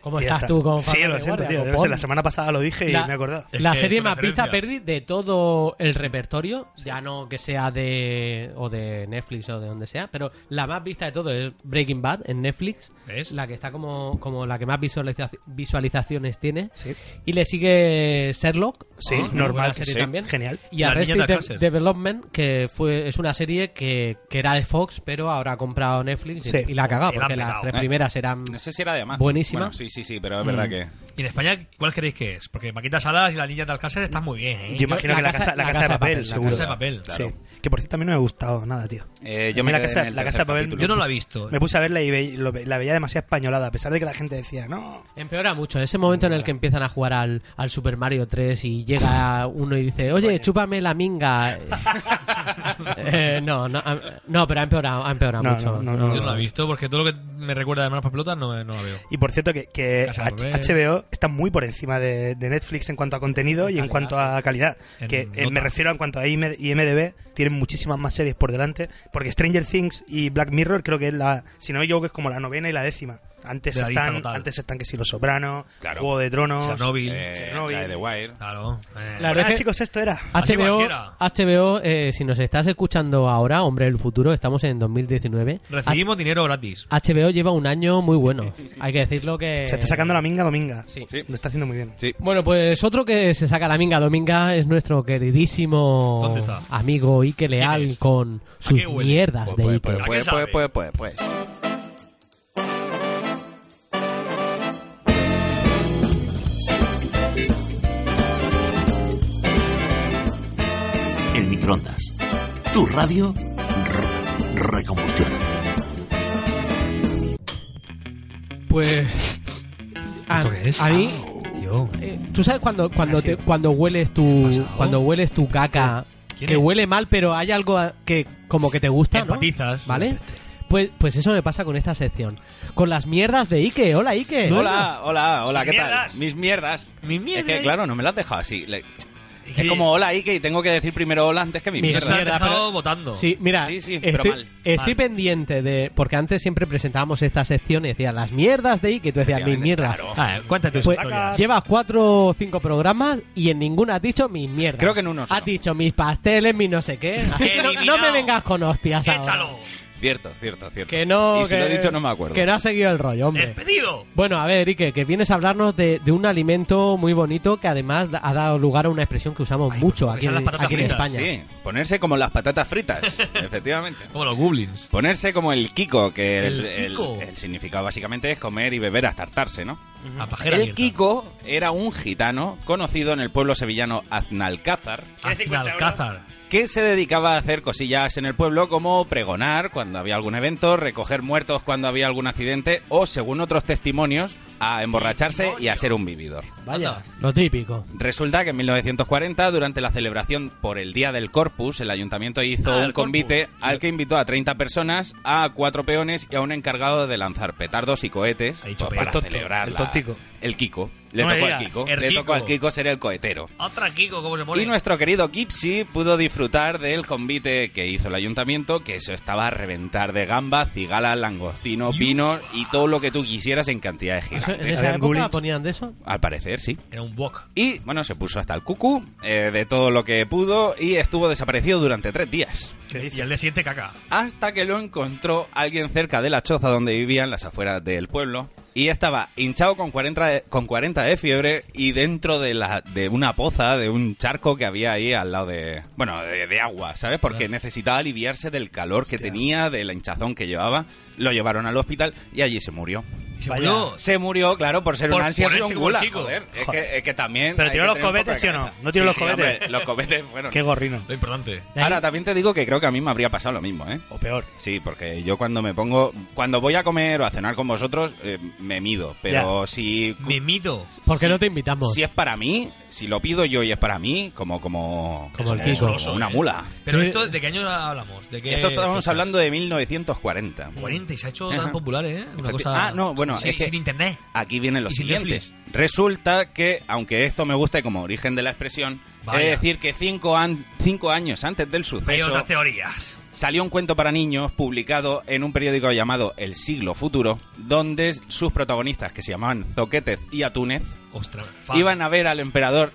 [SPEAKER 2] ¿Cómo
[SPEAKER 4] Y ya
[SPEAKER 2] estás
[SPEAKER 4] está.
[SPEAKER 2] tú con
[SPEAKER 4] Sí,
[SPEAKER 2] Farmacia
[SPEAKER 4] lo
[SPEAKER 2] de
[SPEAKER 4] siento,
[SPEAKER 2] Guardia?
[SPEAKER 4] tío. yo
[SPEAKER 2] Copón.
[SPEAKER 4] sé, la semana pasada lo dije y me he acordado.
[SPEAKER 3] Es
[SPEAKER 2] la
[SPEAKER 3] que
[SPEAKER 2] serie
[SPEAKER 3] es
[SPEAKER 2] más
[SPEAKER 3] referencia.
[SPEAKER 2] vista perdí de todo el repertorio, ya no que sea de o de Netflix o de donde sea, pero la más vista de todo es Breaking Bad en Netflix,
[SPEAKER 3] ¿Ves?
[SPEAKER 2] la que está como, como la que más visualiza- visualizaciones tiene,
[SPEAKER 4] Sí.
[SPEAKER 2] y le sigue Sherlock,
[SPEAKER 4] Sí,
[SPEAKER 2] ¿no? Muy
[SPEAKER 4] normal
[SPEAKER 2] buena
[SPEAKER 4] que sí, genial.
[SPEAKER 2] Y
[SPEAKER 3] La
[SPEAKER 2] Arrested
[SPEAKER 3] niña de la
[SPEAKER 2] De-
[SPEAKER 3] cárcel.
[SPEAKER 2] Development, que fue es una serie que, que era de Fox, pero ahora ha comprado Netflix y-
[SPEAKER 4] Sí.
[SPEAKER 2] y, la ha cagado,
[SPEAKER 3] Y la ha
[SPEAKER 2] porque
[SPEAKER 3] petado.
[SPEAKER 2] las tres primeras eran...
[SPEAKER 5] No sé si era de Amazon.
[SPEAKER 2] Buenísima.
[SPEAKER 5] Bueno, sí, sí, sí, pero es verdad
[SPEAKER 2] Mm.
[SPEAKER 5] que.
[SPEAKER 3] ¿Y en España cuál creéis que es? Porque Maquitas Salas y la niña de Alcácer están muy bien, ¿eh?
[SPEAKER 4] Yo imagino
[SPEAKER 2] la
[SPEAKER 4] que la
[SPEAKER 2] casa-
[SPEAKER 4] casa, la
[SPEAKER 2] la
[SPEAKER 4] casa de papel,
[SPEAKER 2] la
[SPEAKER 4] seguro.
[SPEAKER 3] Casa de Papel, claro.
[SPEAKER 4] Sí. Que por cierto, a mí no me ha gustado nada, tío.
[SPEAKER 5] Eh,
[SPEAKER 4] A
[SPEAKER 5] yo
[SPEAKER 4] mí
[SPEAKER 5] me
[SPEAKER 4] la
[SPEAKER 5] quedé
[SPEAKER 4] casa-
[SPEAKER 5] en el
[SPEAKER 4] la
[SPEAKER 5] tercer
[SPEAKER 4] casa de papel-
[SPEAKER 5] capítulo.
[SPEAKER 3] Yo no la he visto.
[SPEAKER 4] Me puse a verla y ve- lo ve- la veía demasiado españolada, a pesar de que la gente decía, no.
[SPEAKER 2] Empeora mucho. Ese momento en el que empiezan a jugar al, al Super Mario 3 y llega uno y dice, oye, chúpame la minga. Eh, no, no, ha- no, pero ha empeorado, ha empeorado
[SPEAKER 4] No,
[SPEAKER 2] mucho.
[SPEAKER 4] no, no,
[SPEAKER 3] Yo no la he visto porque todo lo que me recuerda de Manos por Pelotas no, me- no la veo.
[SPEAKER 4] Y por cierto, que, que
[SPEAKER 3] Casa de
[SPEAKER 4] H-
[SPEAKER 3] papel.
[SPEAKER 4] HBO está muy por encima de, de Netflix en cuanto a contenido y en
[SPEAKER 2] Calidad,
[SPEAKER 4] cuanto a calidad.
[SPEAKER 3] En
[SPEAKER 4] que eh,
[SPEAKER 3] nota.
[SPEAKER 4] me refiero en cuanto a IM- IMDB, tienen muchísimas más series por delante. Porque Stranger Things y Black Mirror creo que es la, si no me equivoco, es como la novena y la décima. Antes
[SPEAKER 3] De la lista
[SPEAKER 4] están,
[SPEAKER 3] total.
[SPEAKER 4] antes están que si Los Soprano,
[SPEAKER 5] Claro.
[SPEAKER 4] Juego de Tronos.
[SPEAKER 3] Chernobyl.
[SPEAKER 5] Eh,
[SPEAKER 4] Chernobyl.
[SPEAKER 5] la de The Wire.
[SPEAKER 3] Claro. eh.
[SPEAKER 2] La-
[SPEAKER 4] Ah,
[SPEAKER 2] verdad es que-
[SPEAKER 4] chicos, esto era.
[SPEAKER 3] Así
[SPEAKER 2] HBO,
[SPEAKER 3] cualquiera.
[SPEAKER 2] HBO eh, si nos estás escuchando ahora, hombre del futuro, estamos en 2019.
[SPEAKER 3] Recibimos dinero gratis.
[SPEAKER 2] HBO lleva un año muy bueno. Hay que decirlo que...
[SPEAKER 4] Se está sacando la minga dominga.
[SPEAKER 2] Sí.
[SPEAKER 5] Sí.
[SPEAKER 4] Lo está haciendo muy bien.
[SPEAKER 5] Sí.
[SPEAKER 2] Bueno, pues otro que se saca la minga dominga es nuestro queridísimo
[SPEAKER 3] ¿Dónde está?
[SPEAKER 2] amigo Ike Leal
[SPEAKER 3] es?
[SPEAKER 2] con sus
[SPEAKER 3] qué huele?
[SPEAKER 2] mierdas de
[SPEAKER 5] Pues,
[SPEAKER 2] Ike.
[SPEAKER 5] pues,
[SPEAKER 3] ¿A qué
[SPEAKER 5] pues,
[SPEAKER 3] sabe?
[SPEAKER 5] pues, pues, pues, pues.
[SPEAKER 1] El microondas. Tu radio re- recombustión.
[SPEAKER 2] Pues. A,
[SPEAKER 3] ¿Esto qué es? Ah.
[SPEAKER 2] a mí.
[SPEAKER 3] Tío.
[SPEAKER 2] eh, ¿Tú sabes cuando, cuando,
[SPEAKER 4] Así.
[SPEAKER 2] te- cuando hueles
[SPEAKER 3] ¿Qué ha
[SPEAKER 2] tu.
[SPEAKER 3] pasado?
[SPEAKER 2] Cuando hueles tu caca.
[SPEAKER 3] ¿Quién
[SPEAKER 2] Que
[SPEAKER 3] es?
[SPEAKER 2] huele mal, pero hay algo a- que como que te gusta, ¿no?
[SPEAKER 3] Empatizas. Este.
[SPEAKER 2] ¿Vale? Pues, pues eso me pasa con esta sección. Con las mierdas de Ike. Hola, Ike.
[SPEAKER 5] Hola, hola, hola,
[SPEAKER 4] Sus
[SPEAKER 5] ¿qué
[SPEAKER 4] mierdas.
[SPEAKER 5] tal? Mis mierdas.
[SPEAKER 3] Mis mierdas.
[SPEAKER 5] Es que, claro, no me las has dejado así. Le-
[SPEAKER 3] que-
[SPEAKER 5] Es como hola, Ike, y tengo que decir primero hola antes que mis
[SPEAKER 2] Mis
[SPEAKER 3] Pero
[SPEAKER 5] mierdas.
[SPEAKER 3] se ha
[SPEAKER 2] mierda,
[SPEAKER 3] dejado
[SPEAKER 2] pero-
[SPEAKER 3] votando.
[SPEAKER 2] Sí, mira,
[SPEAKER 5] Sí, sí, pero
[SPEAKER 2] estoy,
[SPEAKER 5] mal.
[SPEAKER 2] estoy
[SPEAKER 3] Mal.
[SPEAKER 2] pendiente de. Porque antes siempre presentábamos esta sección y decía las mierdas de Ike. Tú decías mis
[SPEAKER 5] Efectivamente,
[SPEAKER 2] mierdas.
[SPEAKER 5] claro.
[SPEAKER 3] Ah, cuéntate
[SPEAKER 2] Pues-
[SPEAKER 4] historias.
[SPEAKER 2] Llevas cuatro o cinco programas y en ninguno has dicho mis mierdas.
[SPEAKER 5] Creo que en uno solo.
[SPEAKER 2] Has dicho mis pasteles, mis no sé qué. Así que no,
[SPEAKER 3] Eliminado.
[SPEAKER 2] no me vengas con hostias ahora.
[SPEAKER 3] Échalo.
[SPEAKER 5] Cierto, cierto, cierto.
[SPEAKER 2] Que no.
[SPEAKER 5] Y si
[SPEAKER 2] que-
[SPEAKER 5] lo he dicho, no me acuerdo.
[SPEAKER 2] Que no has seguido el rollo, hombre.
[SPEAKER 3] Despedido.
[SPEAKER 2] Bueno, a ver, Ike, que vienes a hablarnos de, de un alimento muy bonito que además da- ha dado lugar a una expresión que usamos
[SPEAKER 3] Ay,
[SPEAKER 2] mucho
[SPEAKER 3] porque
[SPEAKER 2] aquí,
[SPEAKER 3] son
[SPEAKER 2] en-
[SPEAKER 3] las patatas
[SPEAKER 2] aquí en
[SPEAKER 3] fritas,
[SPEAKER 2] España.
[SPEAKER 5] Sí, ponerse como las patatas fritas, efectivamente.
[SPEAKER 3] Como los goblins.
[SPEAKER 5] Ponerse como el Kiko, que el,
[SPEAKER 3] El Kiko.
[SPEAKER 5] el- el significado básicamente es comer y beber hasta hartarse, ¿no?
[SPEAKER 3] A pajera
[SPEAKER 5] El
[SPEAKER 3] abierta.
[SPEAKER 5] Kiko era un gitano conocido en el pueblo sevillano Aznalcázar,
[SPEAKER 3] Alcázar.
[SPEAKER 5] que se dedicaba a hacer cosillas en el pueblo como pregonar cuando había algún evento, recoger muertos cuando había algún accidente o, según otros testimonios, a emborracharse y a ser un vividor.
[SPEAKER 4] Vaya.
[SPEAKER 2] Lo típico.
[SPEAKER 5] Resulta que en 1940, durante la celebración por el Día del Corpus, el ayuntamiento hizo
[SPEAKER 3] Ah, el
[SPEAKER 5] un convite al que invitó a 30 personas, a cuatro peones y a un encargado de lanzar petardos y cohetes
[SPEAKER 3] Ha dicho
[SPEAKER 5] pues, para
[SPEAKER 4] petardo.
[SPEAKER 5] celebrar
[SPEAKER 4] El
[SPEAKER 5] la-
[SPEAKER 4] tontico.
[SPEAKER 5] el Kiko. Le
[SPEAKER 4] No me
[SPEAKER 5] tocó al
[SPEAKER 4] digas.
[SPEAKER 5] Kiko.
[SPEAKER 3] El
[SPEAKER 5] Le tocó al
[SPEAKER 3] Kiko.
[SPEAKER 5] Kiko ser el cohetero.
[SPEAKER 3] Otra Kiko, como se pone.
[SPEAKER 5] Y nuestro querido Gipsy pudo disfrutar del convite que hizo el ayuntamiento, que eso estaba a reventar de gamba, cigala, langostino, vino y todo lo que tú quisieras en cantidades
[SPEAKER 2] Eso- ¿En
[SPEAKER 5] gigantes.
[SPEAKER 2] esa
[SPEAKER 4] Habían
[SPEAKER 2] época
[SPEAKER 4] gulings.
[SPEAKER 2] ponían de eso?
[SPEAKER 5] Al parecer, sí.
[SPEAKER 3] Era un wok.
[SPEAKER 5] Y bueno, se puso hasta el cucu eh, de todo lo que pudo y estuvo desaparecido durante tres días.
[SPEAKER 4] ¿Qué dices?
[SPEAKER 3] Y el de siguiente caca.
[SPEAKER 5] Hasta que lo encontró alguien cerca de la choza donde vivían, las afueras del pueblo. Y estaba hinchado con 40 de, con 40 de fiebre y dentro de, la, de una poza, de un charco que había ahí al lado de. Bueno, de, de agua, ¿sabes? Porque necesitaba aliviarse del calor que tenía, de la hinchazón que llevaba. Lo llevaron al hospital y allí se murió.
[SPEAKER 3] Y se
[SPEAKER 4] Vaya.
[SPEAKER 3] murió.
[SPEAKER 5] Se murió, claro, por ser
[SPEAKER 3] Por
[SPEAKER 5] un ansioso y
[SPEAKER 3] ponerse
[SPEAKER 5] un gula.
[SPEAKER 3] como el Kiko.
[SPEAKER 5] Joder, es
[SPEAKER 4] Joder.
[SPEAKER 5] que, es que también.
[SPEAKER 4] Pero
[SPEAKER 5] hay
[SPEAKER 4] tiró
[SPEAKER 5] que
[SPEAKER 4] los
[SPEAKER 5] tener un poco
[SPEAKER 4] cohetes,
[SPEAKER 5] de
[SPEAKER 4] ¿sí o no?
[SPEAKER 5] cabeza.
[SPEAKER 4] ¿No tiró los cohetes?
[SPEAKER 5] hombre, los cohetes fueron.
[SPEAKER 4] Qué gorrino.
[SPEAKER 3] Lo importante.
[SPEAKER 5] Ahora,
[SPEAKER 2] ¿Eh?
[SPEAKER 5] también te digo que creo que a mí me habría pasado lo mismo, ¿eh?
[SPEAKER 4] O peor.
[SPEAKER 5] Sí, porque yo cuando me pongo. Cuando voy a comer o a cenar con vosotros, eh, me mido. Pero si.
[SPEAKER 3] Me mito.
[SPEAKER 2] ¿Por qué
[SPEAKER 5] Sí,
[SPEAKER 2] no te invitamos?
[SPEAKER 5] Si es para mí, si lo pido yo y es para mí, como. Como,
[SPEAKER 2] Como el Kiko.
[SPEAKER 5] como una mula.
[SPEAKER 3] Pero
[SPEAKER 2] Sí.
[SPEAKER 3] esto, ¿de qué año hablamos? ¿De qué
[SPEAKER 5] Esto estamos
[SPEAKER 3] fecha?
[SPEAKER 5] hablando de 1940.
[SPEAKER 3] 40 y se ha hecho tan
[SPEAKER 5] Ajá.
[SPEAKER 3] popular, ¿eh? Una
[SPEAKER 5] Efecti-
[SPEAKER 3] cosa...
[SPEAKER 5] Ah, no, bueno,
[SPEAKER 3] sin,
[SPEAKER 5] es que-
[SPEAKER 3] sin internet.
[SPEAKER 5] Aquí viene lo
[SPEAKER 3] Y sin
[SPEAKER 5] siguiente.
[SPEAKER 3] Netflix.
[SPEAKER 5] Resulta que, aunque esto me guste como origen de la expresión,
[SPEAKER 3] Vaya.
[SPEAKER 5] es decir que cinco, an- cinco años antes del
[SPEAKER 3] Hay
[SPEAKER 5] suceso
[SPEAKER 3] otras teorías.
[SPEAKER 5] salió un cuento para niños publicado en un periódico llamado El Siglo Futuro, donde sus protagonistas, que se llamaban Zoquetez y Atúnez,
[SPEAKER 3] Ostras, fan.
[SPEAKER 5] iban a ver al emperador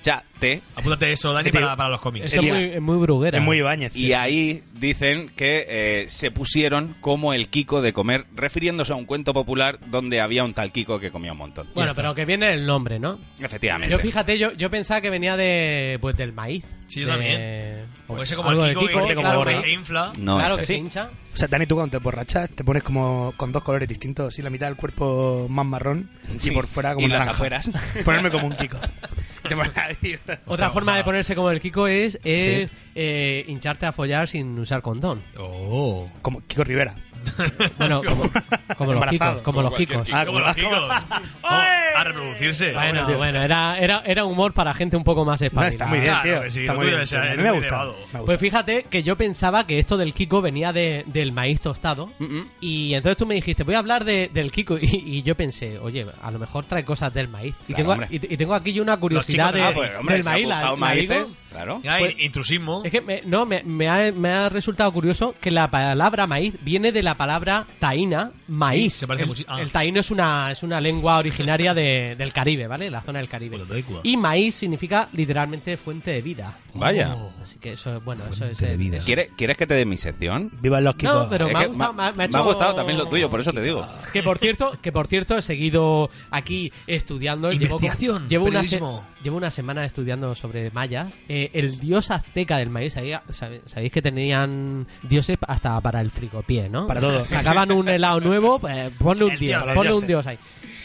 [SPEAKER 5] Chinchate.
[SPEAKER 3] Apúntate eso, Dani,
[SPEAKER 4] Te digo-
[SPEAKER 3] para, para los cómics.
[SPEAKER 2] Esto es
[SPEAKER 4] Elia.
[SPEAKER 2] muy, es muy bruguera.
[SPEAKER 4] Es muy Ibáñez.
[SPEAKER 5] Y ahí dicen que eh, se pusieron como el Kiko de comer, refiriéndose a un cuento popular donde había un tal Kiko que comía un montón.
[SPEAKER 2] Bueno, pero que viene el nombre, ¿no?
[SPEAKER 5] Efectivamente.
[SPEAKER 2] Yo fíjate, yo, yo pensaba que venía de pues del maíz.
[SPEAKER 3] Sí, yo
[SPEAKER 2] De-
[SPEAKER 3] también.
[SPEAKER 2] pues,
[SPEAKER 3] Puede ser como
[SPEAKER 2] algo
[SPEAKER 3] el
[SPEAKER 2] de
[SPEAKER 3] Kiko, que,
[SPEAKER 4] como
[SPEAKER 2] claro,
[SPEAKER 4] gordo.
[SPEAKER 3] que
[SPEAKER 2] que-
[SPEAKER 3] se infla.
[SPEAKER 5] No
[SPEAKER 2] claro
[SPEAKER 5] es
[SPEAKER 2] que
[SPEAKER 5] así.
[SPEAKER 2] se hincha.
[SPEAKER 4] O sea, Dani, tú cuando te borrachas te pones como con dos colores distintos, y la mitad del cuerpo más marrón
[SPEAKER 5] Sí,
[SPEAKER 4] y por fuera como
[SPEAKER 5] y las
[SPEAKER 4] naranja.
[SPEAKER 5] afueras.
[SPEAKER 4] Ponerme como un Kiko. Te pones ahí.
[SPEAKER 2] Otra
[SPEAKER 3] sea,
[SPEAKER 2] forma
[SPEAKER 3] ojalá.
[SPEAKER 2] de ponerse como el Kiko es, es eh, hincharte a follar sin usar condón.
[SPEAKER 3] Oh.
[SPEAKER 4] Como Kiko Rivera.
[SPEAKER 2] Bueno, como, como los
[SPEAKER 4] Embarazado.
[SPEAKER 2] Kikos, como los
[SPEAKER 5] cualquier
[SPEAKER 2] Kikos.
[SPEAKER 3] Ah, como los chicos. a
[SPEAKER 5] Ah,
[SPEAKER 3] reproducirse.
[SPEAKER 2] Bueno, bueno, era, era, era humor para gente un poco más
[SPEAKER 4] No,
[SPEAKER 2] espabilada.
[SPEAKER 4] está muy bien,
[SPEAKER 3] Claro
[SPEAKER 4] tío.
[SPEAKER 3] que sí,
[SPEAKER 4] está
[SPEAKER 3] lo
[SPEAKER 4] muy
[SPEAKER 3] tuyo
[SPEAKER 4] bien.
[SPEAKER 3] es-
[SPEAKER 4] tío. A
[SPEAKER 3] es
[SPEAKER 4] mí me ha
[SPEAKER 3] muy
[SPEAKER 4] gustado.
[SPEAKER 3] elevado.
[SPEAKER 4] me ha
[SPEAKER 2] Pues
[SPEAKER 4] gustado.
[SPEAKER 2] fíjate que yo pensaba que esto del Kiko venía de, del maíz tostado.
[SPEAKER 5] Mm-mm.
[SPEAKER 2] Y entonces tú me dijiste, voy a hablar de- del Kiko. Y, y yo pensé, oye, a lo mejor trae cosas del maíz. Y,
[SPEAKER 5] Claro,
[SPEAKER 2] tengo,
[SPEAKER 5] hombre.
[SPEAKER 2] y, y tengo aquí yo una curiosidad
[SPEAKER 3] chicos-
[SPEAKER 2] de,
[SPEAKER 5] Ah, pues, hombre,
[SPEAKER 2] del
[SPEAKER 5] se ha
[SPEAKER 2] maíz. la-
[SPEAKER 5] apuntado
[SPEAKER 2] la digo.
[SPEAKER 5] maíces, claro.
[SPEAKER 3] Ya,
[SPEAKER 2] Pues-
[SPEAKER 3] intrusismo.
[SPEAKER 2] Es que me- no, me, me ha, me ha resultado curioso que la palabra maíz viene de la palabra taína, maíz.
[SPEAKER 3] Sí, se parece
[SPEAKER 2] el,
[SPEAKER 3] muchi- ah.
[SPEAKER 2] el taíno es una, es una lengua originaria de- del Caribe, ¿vale? La zona del Caribe.
[SPEAKER 3] Bueno, da igual.
[SPEAKER 2] Y maíz significa literalmente fuente de vida.
[SPEAKER 5] Vaya.
[SPEAKER 2] Así que eso, es- bueno, eso
[SPEAKER 3] Fuente
[SPEAKER 2] es...
[SPEAKER 3] de
[SPEAKER 2] el-
[SPEAKER 3] vida.
[SPEAKER 2] eso-
[SPEAKER 5] ¿Quieres, ¿Quieres que te dé mi sección?
[SPEAKER 4] Vivan los Kikos.
[SPEAKER 2] No, pero
[SPEAKER 5] Es
[SPEAKER 2] me ha
[SPEAKER 5] que
[SPEAKER 2] gustado, me ha- me ha
[SPEAKER 5] me ha
[SPEAKER 2] hecho-
[SPEAKER 5] gustado también lo tuyo, por eso te digo.
[SPEAKER 2] Que por cierto, que por cierto he seguido aquí estudiando. llevo como-
[SPEAKER 3] Investigación,
[SPEAKER 2] Llevo, una, se-
[SPEAKER 3] periodismo.
[SPEAKER 2] llevo una semana estudiando sobre mayas. Eh, el dios azteca del maíz, sabía- sabe- sabéis que tenían dioses hasta para el frigopié, ¿no?
[SPEAKER 4] Para todo.
[SPEAKER 2] Sacaban un helado nuevo, pues, ponle un
[SPEAKER 3] El
[SPEAKER 2] dios,
[SPEAKER 3] dios, los
[SPEAKER 2] ponle un
[SPEAKER 4] dioses.
[SPEAKER 2] dios ahí.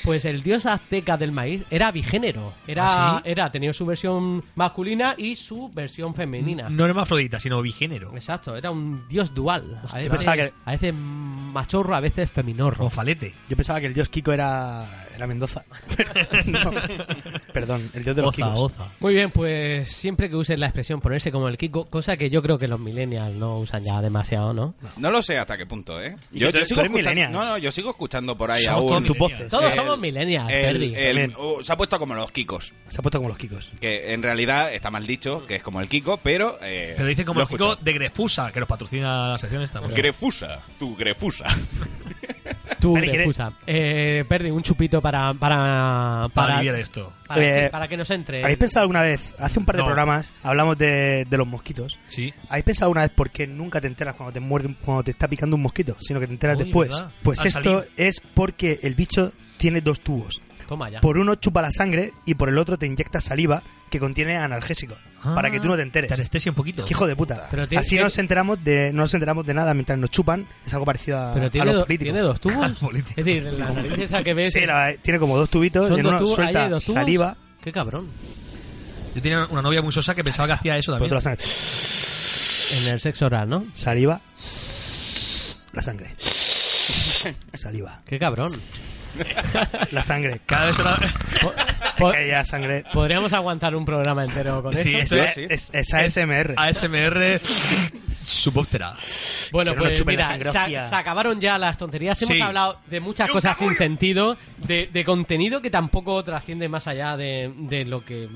[SPEAKER 2] Pues el dios azteca del maíz era bigénero. Era,
[SPEAKER 3] ¿Ah,
[SPEAKER 2] era, tenía su versión masculina y su versión femenina.
[SPEAKER 3] No hermafrodita, sino bigénero.
[SPEAKER 2] Exacto, era un dios dual. A
[SPEAKER 4] yo
[SPEAKER 2] veces,
[SPEAKER 4] pensaba que-
[SPEAKER 2] a veces machorro, a veces feminorro.
[SPEAKER 3] O falete.
[SPEAKER 4] Yo pensaba que el dios Kiko era, era Mendoza. Pero no. Perdón, el dios de los
[SPEAKER 3] Oza,
[SPEAKER 4] Kikos.
[SPEAKER 3] oza.
[SPEAKER 2] Muy bien, pues siempre que uses la expresión ponerse como el Kiko, cosa que yo creo que los millennials no usan ya demasiado, ¿no?
[SPEAKER 5] No lo sé hasta qué punto, ¿eh?
[SPEAKER 4] Y que tú- tú eres
[SPEAKER 5] escuchando,
[SPEAKER 4] millennial.
[SPEAKER 5] no, no, yo sigo escuchando por ahí
[SPEAKER 3] Somos
[SPEAKER 5] aún.
[SPEAKER 3] todos
[SPEAKER 4] Con tus
[SPEAKER 3] millennials.
[SPEAKER 4] voces.
[SPEAKER 2] Todos
[SPEAKER 5] El-
[SPEAKER 2] somos millennials,
[SPEAKER 5] El-
[SPEAKER 2] Perdi.
[SPEAKER 5] el-
[SPEAKER 4] También.
[SPEAKER 5] oh, se ha puesto como los Kikos.
[SPEAKER 4] Se ha puesto como los Kikos.
[SPEAKER 5] Que en realidad está mal dicho, que es como el Kiko, pero. eh,
[SPEAKER 3] Pero dicen como
[SPEAKER 5] lo
[SPEAKER 3] el chico
[SPEAKER 5] escucho.
[SPEAKER 3] de Grefusa, que nos patrocina la sección esta. pues, por ejemplo.
[SPEAKER 5] Grefusa, tu Grefusa.
[SPEAKER 2] Tú,
[SPEAKER 4] Dani, ¿quieres-
[SPEAKER 2] excusa. Eh, Perdi, un chupito para... Para,
[SPEAKER 3] Para
[SPEAKER 2] para,
[SPEAKER 3] aliviar esto.
[SPEAKER 2] para que-
[SPEAKER 4] Eh,
[SPEAKER 2] para que nos entre.
[SPEAKER 4] ¿Habéis pensado alguna vez? Hace un par de
[SPEAKER 3] No.
[SPEAKER 4] programas hablamos de, de los mosquitos.
[SPEAKER 3] Sí.
[SPEAKER 4] ¿Habéis pensado una vez por qué nunca te enteras cuando te muerde, un- cuando te está picando un mosquito, sino que te enteras
[SPEAKER 3] Uy,
[SPEAKER 4] después?
[SPEAKER 3] ¿verdad?
[SPEAKER 4] Pues
[SPEAKER 3] Al
[SPEAKER 4] esto
[SPEAKER 3] salir.
[SPEAKER 4] es porque el bicho tiene dos tubos.
[SPEAKER 2] Toma ya.
[SPEAKER 4] Por uno chupa la sangre y por el otro te inyecta saliva que contiene analgésicos para que tú no te enteres.
[SPEAKER 3] Ah, Te anestesia un poquito.
[SPEAKER 4] Qué Hijo de puta.
[SPEAKER 2] Ah, Pero tiene-
[SPEAKER 4] Así
[SPEAKER 2] tiene-
[SPEAKER 4] nos enteramos de no nos enteramos de nada mientras nos chupan. Es algo parecido a,
[SPEAKER 2] Pero
[SPEAKER 4] a
[SPEAKER 2] tiene,
[SPEAKER 4] los
[SPEAKER 2] do-
[SPEAKER 4] políticos.
[SPEAKER 2] tiene dos tubos.
[SPEAKER 3] Al político.
[SPEAKER 2] es decir, la nariz esa que ves...
[SPEAKER 4] Sí, la- tiene como dos tubitos.
[SPEAKER 2] son
[SPEAKER 4] en
[SPEAKER 2] dos
[SPEAKER 4] uno
[SPEAKER 2] tubos, ahí
[SPEAKER 4] suelta
[SPEAKER 2] hay dos tubos.
[SPEAKER 4] saliva,
[SPEAKER 2] Qué cabrón.
[SPEAKER 3] Yo tenía una novia muy sosa que pensaba que hacía eso
[SPEAKER 4] por
[SPEAKER 3] también.
[SPEAKER 4] otro la sangre.
[SPEAKER 2] En el sexo oral, ¿no?
[SPEAKER 4] Saliva, la sangre. Saliva,
[SPEAKER 2] Qué cabrón.
[SPEAKER 4] la sangre.
[SPEAKER 3] Cada vez era...
[SPEAKER 2] Po- po-
[SPEAKER 4] Ella sangre.
[SPEAKER 2] Podríamos aguantar un programa entero con
[SPEAKER 3] Sí,
[SPEAKER 2] esto.
[SPEAKER 3] eso
[SPEAKER 5] Yo
[SPEAKER 4] Es,
[SPEAKER 5] sí.
[SPEAKER 4] es, es ASMR.
[SPEAKER 3] ASMR subóptera.
[SPEAKER 2] Bueno,
[SPEAKER 4] Que no nos
[SPEAKER 2] pues
[SPEAKER 4] chupen la
[SPEAKER 2] mira,
[SPEAKER 4] sangre,
[SPEAKER 2] se,
[SPEAKER 4] hostia.
[SPEAKER 2] se acabaron ya las tonterías. Hemos
[SPEAKER 3] Sí.
[SPEAKER 2] hablado de muchas cosas sin sentido, de, de contenido que tampoco trasciende más allá de, de lo que,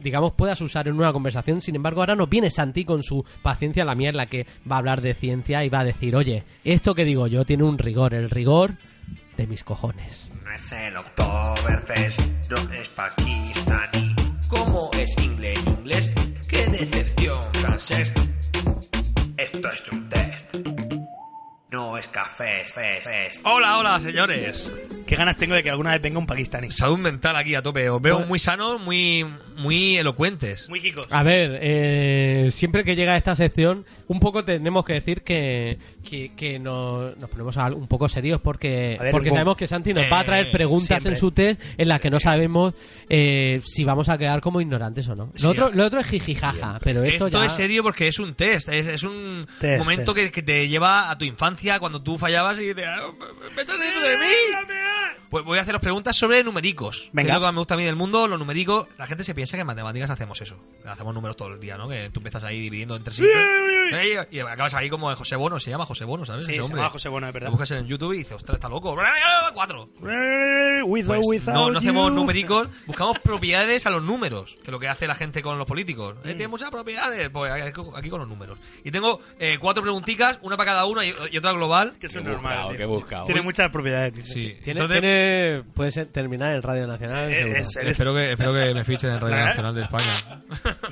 [SPEAKER 2] digamos, puedas usar en una conversación. Sin embargo, ahora nos viene Santi con su paciencia, la mía es la que va a hablar de ciencia y va a decir, oye, esto que digo yo tiene un rigor, el rigor de mis cojones.
[SPEAKER 6] No es el Oktoberfest, no es pakistaní. ¿Cómo es inglés, inglés? ¡Qué decepción, francés! Esto es un test. No es café, es fest, fest.
[SPEAKER 3] Hola, hola, señores.
[SPEAKER 4] ¿Qué Qué ganas tengo de que alguna vez venga un pakistaní.
[SPEAKER 3] Salud mental aquí a tope. Os veo muy sanos, muy, Pues- muy elocuentes.
[SPEAKER 4] Muy kikos.
[SPEAKER 2] A ver, eh, siempre que llega esta sección, un poco tenemos que decir que, que, que nos, nos ponemos al- un poco serios porque,
[SPEAKER 4] A ver,
[SPEAKER 2] porque
[SPEAKER 4] un-
[SPEAKER 2] sabemos que Santi nos va a traer
[SPEAKER 3] Eh,
[SPEAKER 2] preguntas
[SPEAKER 4] siempre.
[SPEAKER 2] en su test en las que no sabemos eh, si vamos a quedar como ignorantes o no. Lo,
[SPEAKER 3] Sí,
[SPEAKER 2] otro,
[SPEAKER 3] no.
[SPEAKER 2] lo otro es jijijaja, pero esto,
[SPEAKER 3] Esto,
[SPEAKER 2] ya...
[SPEAKER 3] es serio porque es un test, es, es un
[SPEAKER 4] Test,
[SPEAKER 3] momento Que, que te lleva a tu infancia cuando tú fallabas y te, "Ah, me estás riendo de mí. Pues voy a haceros preguntas sobre numericos.
[SPEAKER 4] Venga.
[SPEAKER 3] Es lo que más me gusta a mí del mundo, los numericos. La gente se piensa que en matemáticas hacemos eso. Hacemos números todo el día, ¿no? Que tú empiezas ahí dividiendo entre sí. y acabas ahí como el José Bono, se llama José Bono, ¿sabes?
[SPEAKER 4] Sí,
[SPEAKER 3] Ese
[SPEAKER 4] se
[SPEAKER 3] hombre.
[SPEAKER 4] llama José Bono, es verdad.
[SPEAKER 3] Lo buscas en YouTube y dices, ostras, está loco. Cuatro.
[SPEAKER 4] With
[SPEAKER 3] Pues
[SPEAKER 4] or without
[SPEAKER 3] no, no hacemos
[SPEAKER 4] you.
[SPEAKER 3] numéricos, buscamos propiedades a los números, que es lo que hace la gente con los políticos. Eh, tiene muchas propiedades, pues aquí- aquí con los números. Y tengo eh, cuatro preguntitas, una para cada uno y, y otra global.
[SPEAKER 4] Que
[SPEAKER 5] Qué
[SPEAKER 4] eso es normal.
[SPEAKER 5] buscado,
[SPEAKER 4] tío.
[SPEAKER 5] qué buscado.
[SPEAKER 4] Tiene
[SPEAKER 5] Uy.
[SPEAKER 4] muchas propiedades.
[SPEAKER 3] Sí,
[SPEAKER 2] Tiene,
[SPEAKER 3] entonces,
[SPEAKER 2] tiene- puedes eh, terminar en Radio Nacional.
[SPEAKER 4] Eh,
[SPEAKER 2] seguro.
[SPEAKER 4] es-
[SPEAKER 3] Espero que, espero que me fichen en Radio
[SPEAKER 4] ¿Verdad?
[SPEAKER 3] Nacional de España.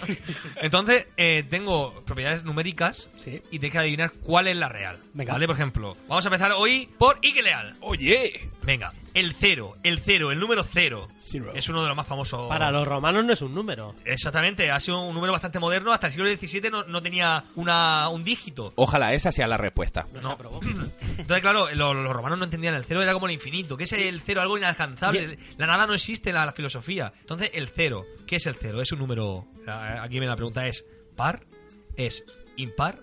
[SPEAKER 3] Entonces, eh, tengo propiedades numéricas
[SPEAKER 4] Sí.
[SPEAKER 3] y tienes que adivinar cuál es la real.
[SPEAKER 4] Venga.
[SPEAKER 3] ¿Vale? Por ejemplo, vamos a empezar hoy por Ike Leal.
[SPEAKER 5] Oye,
[SPEAKER 3] Venga, el cero, el cero, el número cero.
[SPEAKER 4] Zero.
[SPEAKER 3] Es uno de los más famosos.
[SPEAKER 2] Para los romanos no es un número.
[SPEAKER 3] Exactamente, ha sido un número bastante moderno. Hasta el siglo XVII no, no tenía una, un dígito.
[SPEAKER 5] ojalá esa sea la respuesta.
[SPEAKER 2] No,
[SPEAKER 3] No.
[SPEAKER 2] se aprobó.
[SPEAKER 3] Entonces, claro, lo- los, romanos no entendían el cero, era como el infinito. ¿Qué es el cero? Algo inalcanzable. La nada no existe en la, la filosofía. Entonces, el cero, ¿qué es el cero? Es un número. a- Aquí viene la pregunta: ¿es par? ¿Es impar?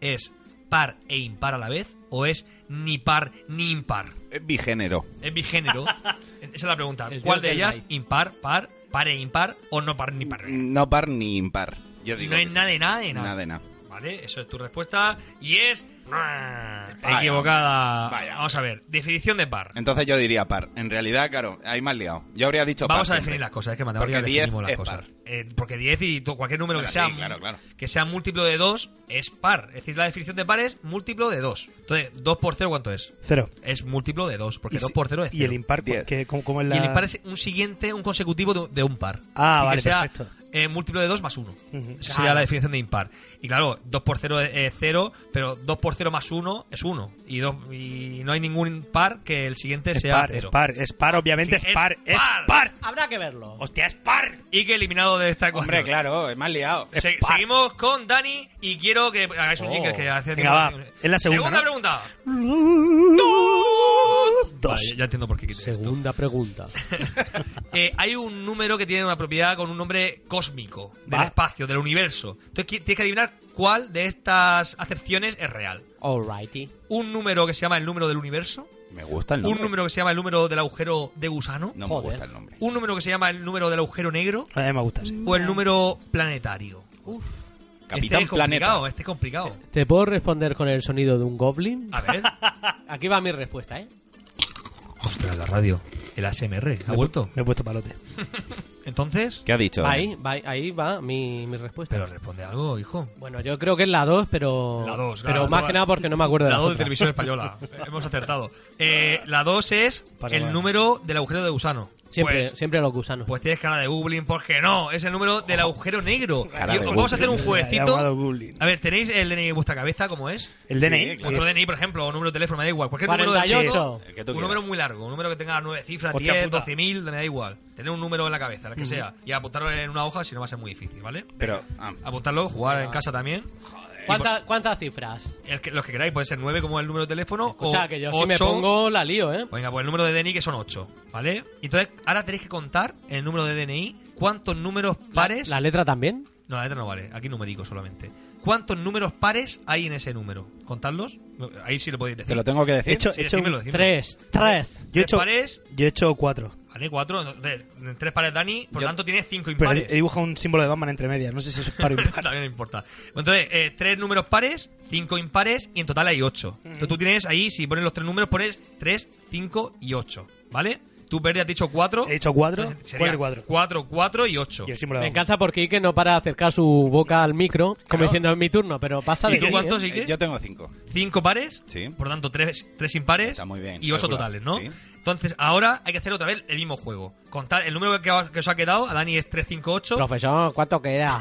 [SPEAKER 3] ¿Es par e impar a la vez? ¿O es ni par ni impar?
[SPEAKER 5] Es bigénero.
[SPEAKER 3] Es bigénero. Esa es la pregunta.
[SPEAKER 2] El
[SPEAKER 3] ¿Cuál
[SPEAKER 2] dios
[SPEAKER 3] de
[SPEAKER 2] del
[SPEAKER 3] ellas?
[SPEAKER 2] maíz.
[SPEAKER 3] ¿Impar, par, par e impar o no par ni par?
[SPEAKER 5] No par ni impar. Mm, Yo digo
[SPEAKER 3] No
[SPEAKER 5] que
[SPEAKER 3] es
[SPEAKER 5] sí.
[SPEAKER 3] nada de nada de nada.
[SPEAKER 5] Nada de nada.
[SPEAKER 3] Vale, eso es tu respuesta. Y es. eh, equivocada.
[SPEAKER 5] Ah, Vaya.
[SPEAKER 3] Vamos a ver. Definición de par.
[SPEAKER 5] Entonces yo diría par. En realidad, claro, ahí me has liado. Yo habría dicho par.
[SPEAKER 3] Vamos a
[SPEAKER 5] siempre.
[SPEAKER 3] definir las cosas, es que en matemáticas
[SPEAKER 5] Porque 10
[SPEAKER 3] definimos las
[SPEAKER 5] es
[SPEAKER 3] cosas.
[SPEAKER 5] par.
[SPEAKER 3] Eh, porque 10 y to- cualquier número que sea,
[SPEAKER 5] Claro, sí, claro, claro.
[SPEAKER 3] que sea múltiplo de 2 es par. Es decir, la definición de par es múltiplo de 2. Entonces, 2 por 0, ¿cuánto es?
[SPEAKER 4] Cero.
[SPEAKER 3] Es múltiplo de 2, porque
[SPEAKER 4] Y
[SPEAKER 3] 2
[SPEAKER 4] si-
[SPEAKER 3] por 0 es
[SPEAKER 4] ¿Y el
[SPEAKER 3] cero. este,
[SPEAKER 4] impar?
[SPEAKER 5] Diez.
[SPEAKER 4] ¿qué- cómo- cómo es
[SPEAKER 3] Y
[SPEAKER 4] la...
[SPEAKER 3] el impar es un siguiente, un consecutivo de, de un par.
[SPEAKER 4] Ah,
[SPEAKER 3] Y
[SPEAKER 4] vale,
[SPEAKER 3] que sea,
[SPEAKER 4] perfecto.
[SPEAKER 3] eh, múltiplo de 2 más 1.
[SPEAKER 4] Ujú.
[SPEAKER 3] Esa sería
[SPEAKER 2] Claro.
[SPEAKER 3] la definición de impar. Y claro, 2 por 0 es 0, pero 2 por 0 más 1 es 1. Y, dos- y no hay ningún par que el siguiente
[SPEAKER 4] Es
[SPEAKER 3] sea
[SPEAKER 4] par, es
[SPEAKER 3] 0.
[SPEAKER 4] par, es par, obviamente
[SPEAKER 3] Sí,
[SPEAKER 4] es par, es par.
[SPEAKER 2] Habrá que verlo.
[SPEAKER 4] Hostia, es par.
[SPEAKER 3] Y que eliminado de esta ecuación.
[SPEAKER 5] Hombre, claro, es más liado.
[SPEAKER 3] Se-
[SPEAKER 4] es par.
[SPEAKER 3] seguimos con Dani y quiero que hagáis un
[SPEAKER 2] Oh.
[SPEAKER 3] jingle que hace
[SPEAKER 4] Venga, va. Es la segunda, ¿no?
[SPEAKER 3] pregunta.
[SPEAKER 4] Dos.
[SPEAKER 3] Vale, ya entiendo por qué quité esto.
[SPEAKER 2] Segunda pregunta.
[SPEAKER 3] Eh, hay un número que tiene una propiedad con un nombre cósmico, del
[SPEAKER 4] Va.
[SPEAKER 3] espacio, del universo. Entonces qui- tienes que adivinar cuál de estas acepciones es real.
[SPEAKER 2] Alrighty.
[SPEAKER 3] Un número que se llama el número del universo,
[SPEAKER 5] Me gusta el nombre.
[SPEAKER 3] un número que se llama el número del agujero de gusano,
[SPEAKER 5] Ah, No
[SPEAKER 2] Joder.
[SPEAKER 5] me gusta el nombre.
[SPEAKER 3] un número que se llama el número del agujero negro
[SPEAKER 4] A mí me gusta, sí.
[SPEAKER 3] o el número planetario. este
[SPEAKER 5] Capitán
[SPEAKER 3] es
[SPEAKER 5] Planeta.
[SPEAKER 3] complicado, este es complicado.
[SPEAKER 2] ¿Te puedo responder con el sonido de un goblin?
[SPEAKER 3] A ver.
[SPEAKER 2] Aquí va mi respuesta, ¿eh?
[SPEAKER 3] Ostras, la radio. El ASMR. ¿Ha vuelto?
[SPEAKER 4] Me he puesto palote.
[SPEAKER 3] Entonces...
[SPEAKER 5] ¿Qué ha dicho?
[SPEAKER 2] Va ahí, va ahí- ahí va mi, mi respuesta.
[SPEAKER 3] Pero responde algo, hijo.
[SPEAKER 2] Bueno, yo creo que es la 2, pero.
[SPEAKER 3] La dos,
[SPEAKER 2] Pero
[SPEAKER 3] claro,
[SPEAKER 2] más
[SPEAKER 3] tú-
[SPEAKER 2] que nada porque no me acuerdo de
[SPEAKER 3] La
[SPEAKER 2] la
[SPEAKER 3] 2 de Televisión Española. Hemos acertado. Eh, la 2 es
[SPEAKER 4] Pasa
[SPEAKER 3] el
[SPEAKER 4] mal.
[SPEAKER 3] número del agujero de gusano.
[SPEAKER 2] Siempre,
[SPEAKER 3] Pues,
[SPEAKER 2] siempre los gusanos.
[SPEAKER 3] pues tienes cara de Goblin, porque no, es el número del agujero negro.
[SPEAKER 5] Cara
[SPEAKER 3] Y
[SPEAKER 5] de
[SPEAKER 3] os vamos a
[SPEAKER 5] Goblin.
[SPEAKER 3] hacer un
[SPEAKER 4] Llamado
[SPEAKER 3] jueguecito.
[SPEAKER 4] Goblin.
[SPEAKER 3] A ver, ¿tenéis el DNI en vuestra cabeza? ¿Cómo es?
[SPEAKER 4] El DNI.
[SPEAKER 5] claro.
[SPEAKER 3] Vuestro DNI, por ejemplo, o número de teléfono, me da igual. Cualquier número de
[SPEAKER 2] 48.
[SPEAKER 5] Sí. El que tú
[SPEAKER 3] Un
[SPEAKER 5] quieras.
[SPEAKER 3] número muy largo, un número que tenga nueve cifras,
[SPEAKER 4] Hostia
[SPEAKER 3] 10,
[SPEAKER 4] puta.
[SPEAKER 3] 12.000, me da igual. Tener un número en la cabeza, la que sea. Y apuntarlo en una hoja, si no va a ser muy difícil, ¿vale?
[SPEAKER 5] Pero, ah,
[SPEAKER 3] Apuntarlo, jugar en casa también.
[SPEAKER 2] ¿Cuántas- ¿Cuántas cifras?
[SPEAKER 3] El que- los que queráis, puede ser 9 como el número de teléfono
[SPEAKER 2] O sea,
[SPEAKER 3] o
[SPEAKER 2] que yo si me
[SPEAKER 3] ocho.
[SPEAKER 2] pongo la lío, ¿eh?
[SPEAKER 3] Venga, pues el número de DNI que son 8, ¿vale? Entonces, ahora tenéis que contar el número de DNI, cuántos números pares...
[SPEAKER 2] ¿La letra también?
[SPEAKER 3] No, la letra no vale, aquí numérico solamente. ¿Cuántos números pares hay en ese número? ¿Contadlos? Ahí sí lo podéis decir.
[SPEAKER 5] te lo tengo que decir.
[SPEAKER 4] He hecho-
[SPEAKER 3] Sí,
[SPEAKER 4] he hecho
[SPEAKER 3] decídmelo,
[SPEAKER 4] un-
[SPEAKER 3] decídmelo.
[SPEAKER 2] Tres. Tres.
[SPEAKER 4] Yo he
[SPEAKER 3] Tres
[SPEAKER 4] hecho,
[SPEAKER 3] pares.
[SPEAKER 4] yo he hecho cuatro.
[SPEAKER 3] Vale, cuatro. entonces, Tres pares Dani, por lo
[SPEAKER 5] Yo-
[SPEAKER 3] tanto tienes cinco
[SPEAKER 4] Pero
[SPEAKER 3] impares.
[SPEAKER 4] he dibujado un símbolo de Batman entre medias. No sé si eso es par o impar.
[SPEAKER 3] También no importa. Entonces, eh, tres números pares, cinco impares y en total hay ocho. Entonces tú tienes ahí, si pones los tres números, pones tres, cinco y ocho. ¿Vale? Tú, Verde, has dicho cuatro.
[SPEAKER 4] He dicho cuatro.
[SPEAKER 3] Entonces, Pues, sería
[SPEAKER 4] ¿Cuál es cuatro?
[SPEAKER 3] Cuatro, cuatro y ocho.
[SPEAKER 4] Y el símbolo
[SPEAKER 2] Me
[SPEAKER 4] de Batman.
[SPEAKER 2] encanta porque Ike no para de acercar su boca al micro, como
[SPEAKER 5] Claro.
[SPEAKER 2] diciendo es mi turno, pero pasa de
[SPEAKER 3] ¿Y tú
[SPEAKER 2] mí,
[SPEAKER 3] cuántos,
[SPEAKER 2] ¿eh?
[SPEAKER 3] Ike?
[SPEAKER 5] Eh, Yo tengo cinco.
[SPEAKER 3] Cinco pares.
[SPEAKER 5] Sí.
[SPEAKER 3] Por tanto, tres, tres impares.
[SPEAKER 5] Está muy bien,
[SPEAKER 3] Y ocho
[SPEAKER 5] calculado.
[SPEAKER 3] totales, ¿no?
[SPEAKER 5] Sí.
[SPEAKER 3] Entonces, ahora hay que hacer otra vez el mismo juego. Contar el número que, os- que os ha quedado, a Dani es 358.
[SPEAKER 2] Profesor, ¿cuánto queda?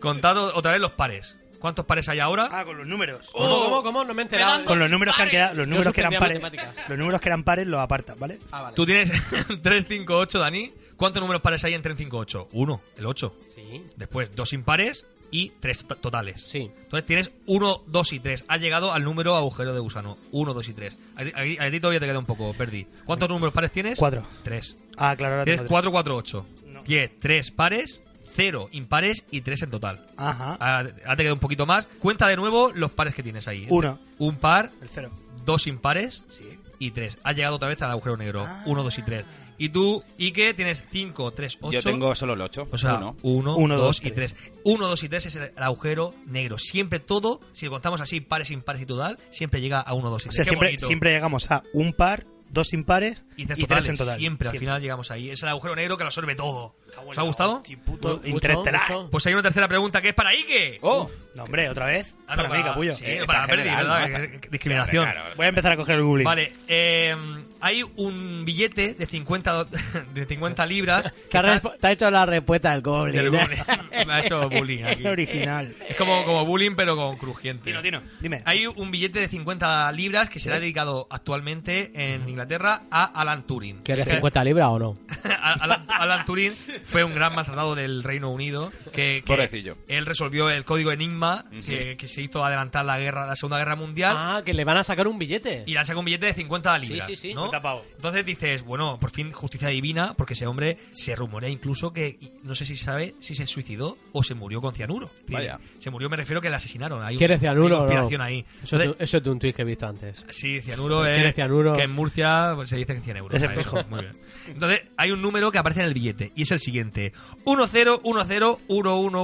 [SPEAKER 3] Contad o- otra vez los pares. ¿Cuántos pares hay ahora?
[SPEAKER 4] Ah, con los números.
[SPEAKER 2] ¿Cómo,
[SPEAKER 3] Oh.
[SPEAKER 2] cómo, cómo? No me he enterado.
[SPEAKER 4] Con los números que han quedado, los
[SPEAKER 2] Yo
[SPEAKER 4] números que eran
[SPEAKER 2] suspendía
[SPEAKER 4] pares,
[SPEAKER 2] matemáticas.
[SPEAKER 4] los números que eran pares los apartas, ¿vale?
[SPEAKER 2] Ah, vale.
[SPEAKER 3] Tú tienes 3, 5, 8, Dani. ¿Cuántos números pares hay en 3, 5, 8? Uno, el 8.
[SPEAKER 2] Sí.
[SPEAKER 3] Después, dos impares y tres to- totales.
[SPEAKER 2] Sí.
[SPEAKER 3] Entonces tienes 1, 2 y 3. Has llegado al número agujero de gusano. 1, 2 y 3. A ti- a ti todavía te queda un poco, Perdi. ¿Cuántos números pares tienes?
[SPEAKER 4] Cuatro.
[SPEAKER 3] 3.
[SPEAKER 4] Ah, claro, ahora tengo
[SPEAKER 3] Tienes
[SPEAKER 4] tres.
[SPEAKER 3] 4, 4, 8.
[SPEAKER 4] No.
[SPEAKER 3] 10, 3 pares, 0 impares y 3 en total.
[SPEAKER 4] Ajá.
[SPEAKER 3] Ahora te- ahora te queda un poquito más. Cuenta de nuevo los pares que tienes ahí.
[SPEAKER 4] Uno.
[SPEAKER 3] Un par,
[SPEAKER 4] El cero.
[SPEAKER 3] dos impares y tres. Has llegado otra vez al agujero negro.
[SPEAKER 4] Ah.
[SPEAKER 3] Uno, dos y tres. Y tú, Ike, tienes cinco, tres, ocho.
[SPEAKER 5] Yo tengo solo el 8.
[SPEAKER 3] O sea,
[SPEAKER 5] uno.
[SPEAKER 3] uno,
[SPEAKER 4] Uno,
[SPEAKER 3] dos,
[SPEAKER 4] dos,
[SPEAKER 3] y tres.
[SPEAKER 4] tres.
[SPEAKER 3] Uno, dos y tres es el agujero negro. Siempre todo, si lo contamos así, pares, impares y total, siempre llega a uno, dos y
[SPEAKER 4] O
[SPEAKER 3] tres.
[SPEAKER 4] sea,
[SPEAKER 3] Qué
[SPEAKER 4] siempre,
[SPEAKER 3] bonito.
[SPEAKER 4] siempre llegamos a un par, dos impares
[SPEAKER 3] Y tres,
[SPEAKER 4] tres en
[SPEAKER 3] totales.
[SPEAKER 4] total.
[SPEAKER 3] Siempre, al final llegamos ahí. Es el agujero negro que lo absorbe todo.
[SPEAKER 4] Ah,
[SPEAKER 3] ¿Os ha gustado?
[SPEAKER 4] Puto
[SPEAKER 2] Mucho,
[SPEAKER 4] interestelar.
[SPEAKER 2] mucho.
[SPEAKER 3] Pues hay una tercera pregunta que es para Ike.
[SPEAKER 5] ¡Oh!
[SPEAKER 4] No, hombre, otra vez.
[SPEAKER 3] Ah, no,
[SPEAKER 4] para mí, capullo.
[SPEAKER 3] sí,
[SPEAKER 5] Eh,
[SPEAKER 3] para
[SPEAKER 5] está
[SPEAKER 3] Verdi,
[SPEAKER 5] general,
[SPEAKER 3] ¿verdad?
[SPEAKER 5] ¿no?
[SPEAKER 3] Eh, eh, Discriminación.
[SPEAKER 5] Claro.
[SPEAKER 4] Voy a empezar a coger el Google.
[SPEAKER 3] Vale, eh, hay un billete de 50, do- de 50 libras.
[SPEAKER 7] Te ha, resp- te ha hecho la respuesta al Goblin.
[SPEAKER 3] del bullying. Me ha hecho bullying
[SPEAKER 4] Es
[SPEAKER 3] aquí.
[SPEAKER 4] original.
[SPEAKER 3] Es como, como bullying, pero con crujiente.
[SPEAKER 4] Dino, Dino, dime.
[SPEAKER 3] Hay un billete de 50 libras que será dedicado actualmente en Inglaterra a Alan Turing.
[SPEAKER 7] ¿Quieres 50 libras o no?
[SPEAKER 3] Alan, Alan Turing fue un gran maltratado del Reino Unido. Que, que
[SPEAKER 5] Pobrecillo.
[SPEAKER 3] Él resolvió el código Enigma
[SPEAKER 5] Sí.
[SPEAKER 3] que, que se hizo adelantar la guerra, la Segunda Guerra Mundial.
[SPEAKER 2] Ah, que le van a sacar un billete.
[SPEAKER 3] Y le han sacado un billete de 50 libras.
[SPEAKER 2] Sí, sí, sí.
[SPEAKER 3] ¿no?
[SPEAKER 4] 50 pavos.
[SPEAKER 3] Entonces dices, bueno, por fin justicia divina, porque ese hombre se rumorea incluso que y no sé si sabe si se suicidó o se murió con cianuro. Es decir,
[SPEAKER 5] Vaya.
[SPEAKER 3] Se murió, me refiero que le asesinaron. Hay un-
[SPEAKER 7] ¿Quieres
[SPEAKER 3] hay
[SPEAKER 7] cianuro o no?
[SPEAKER 3] conspiración ahí.
[SPEAKER 7] Eso es,
[SPEAKER 3] Entonces,
[SPEAKER 7] de, eso es de un tuit que he visto antes.
[SPEAKER 3] Sí, cianuro es.
[SPEAKER 7] ¿Quieres cianuro?
[SPEAKER 3] Que en Murcia pues, se dice que 100 euros.
[SPEAKER 4] Es el
[SPEAKER 3] ¿sabes?
[SPEAKER 4] mejor.
[SPEAKER 3] Muy bien. Entonces, hay un número que aparece en el billete y es el siguiente: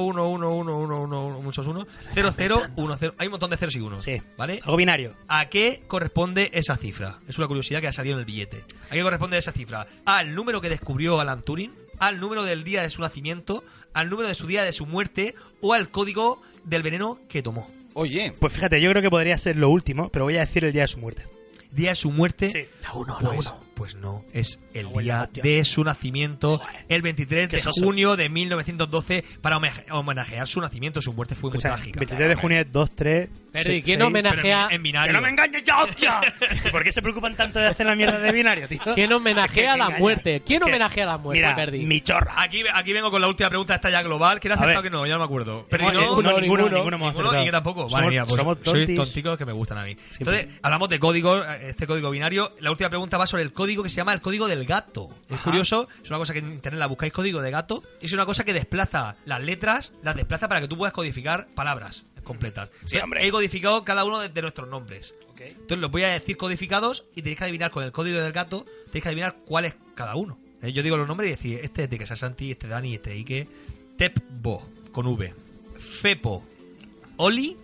[SPEAKER 3] 1-0-1-0-1-1-1-1-1-1-1-1-1-1-1-1-1-1-1-1-1-1-1-1-1-1-1-1-1-0-0-1-0. Hay un montón de ceros y unos.
[SPEAKER 4] Sí.
[SPEAKER 3] ¿Vale?
[SPEAKER 4] Algo binario.
[SPEAKER 3] ¿A qué corresponde esa cifra? Es una curiosidad que ha salido en el billete. ¿A qué corresponde esa cifra? ¿Al número que descubrió Alan Turing? ¿Al número del día de su nacimiento? ¿Al número de su día de su muerte? ¿O al código del veneno que tomó?
[SPEAKER 5] Oye,
[SPEAKER 4] Pues fíjate, yo creo que podría ser lo último, pero voy a decir el día de su muerte.
[SPEAKER 3] ¿Día de su muerte?
[SPEAKER 4] Sí.
[SPEAKER 3] La 1, pues, Pues no, es el día
[SPEAKER 4] hostia.
[SPEAKER 3] de su nacimiento, el 23
[SPEAKER 4] Qué
[SPEAKER 3] de
[SPEAKER 4] sosos.
[SPEAKER 3] junio de 1912, para homenaje- homenajear su nacimiento. Su muerte fue muy
[SPEAKER 4] Escucha,
[SPEAKER 3] trágica.
[SPEAKER 4] 23 de junio, 2, 3.
[SPEAKER 2] Perdi, ¿quién homenajea-
[SPEAKER 3] Pero en, en binario.
[SPEAKER 4] no me engañes ya, hostia! ¿Por qué se preocupan tanto de hacer la mierda de binario, tío?
[SPEAKER 2] ¿Quién homenajea a la
[SPEAKER 4] Engaña.
[SPEAKER 2] muerte? ¿Quién
[SPEAKER 4] Que-
[SPEAKER 2] homenajea a la muerte,
[SPEAKER 4] Mira,
[SPEAKER 2] Verdi?
[SPEAKER 4] mi chorra.
[SPEAKER 3] Aquí, aquí vengo con la última pregunta, esta ya global. ¿Quién ha
[SPEAKER 4] A
[SPEAKER 3] aceptado
[SPEAKER 4] ver.
[SPEAKER 3] que no? Ya no me acuerdo.
[SPEAKER 4] Hemos- eh,
[SPEAKER 3] Perdi, no.
[SPEAKER 4] ninguno, ninguno, ninguno, hemos
[SPEAKER 3] Ninguno
[SPEAKER 4] acertado.
[SPEAKER 3] ni que tampoco.
[SPEAKER 4] Somos,
[SPEAKER 3] Madre mía, pues
[SPEAKER 4] somos
[SPEAKER 3] sois
[SPEAKER 4] tontis.
[SPEAKER 3] tonticos que me gustan a mí. Entonces, hablamos de código, este código binario. La última pregunta va sobre el código que se llama el código del gato. Es curioso, es una cosa que en internet la buscáis código de gato. Es una cosa que desplaza las letras, las desplaza para que tú puedas codificar palabras completas. Entonces,
[SPEAKER 5] hombre.
[SPEAKER 3] He codificado cada uno de, de nuestros nombres. Entonces los voy a decir codificados y tenéis que adivinar con el código del gato, tenéis que adivinar cuál es cada uno. Eh, Yo digo los nombres y decir, este es de Casasanti, este Dani, este Ike. Tepbo, con V. Fepo, Oli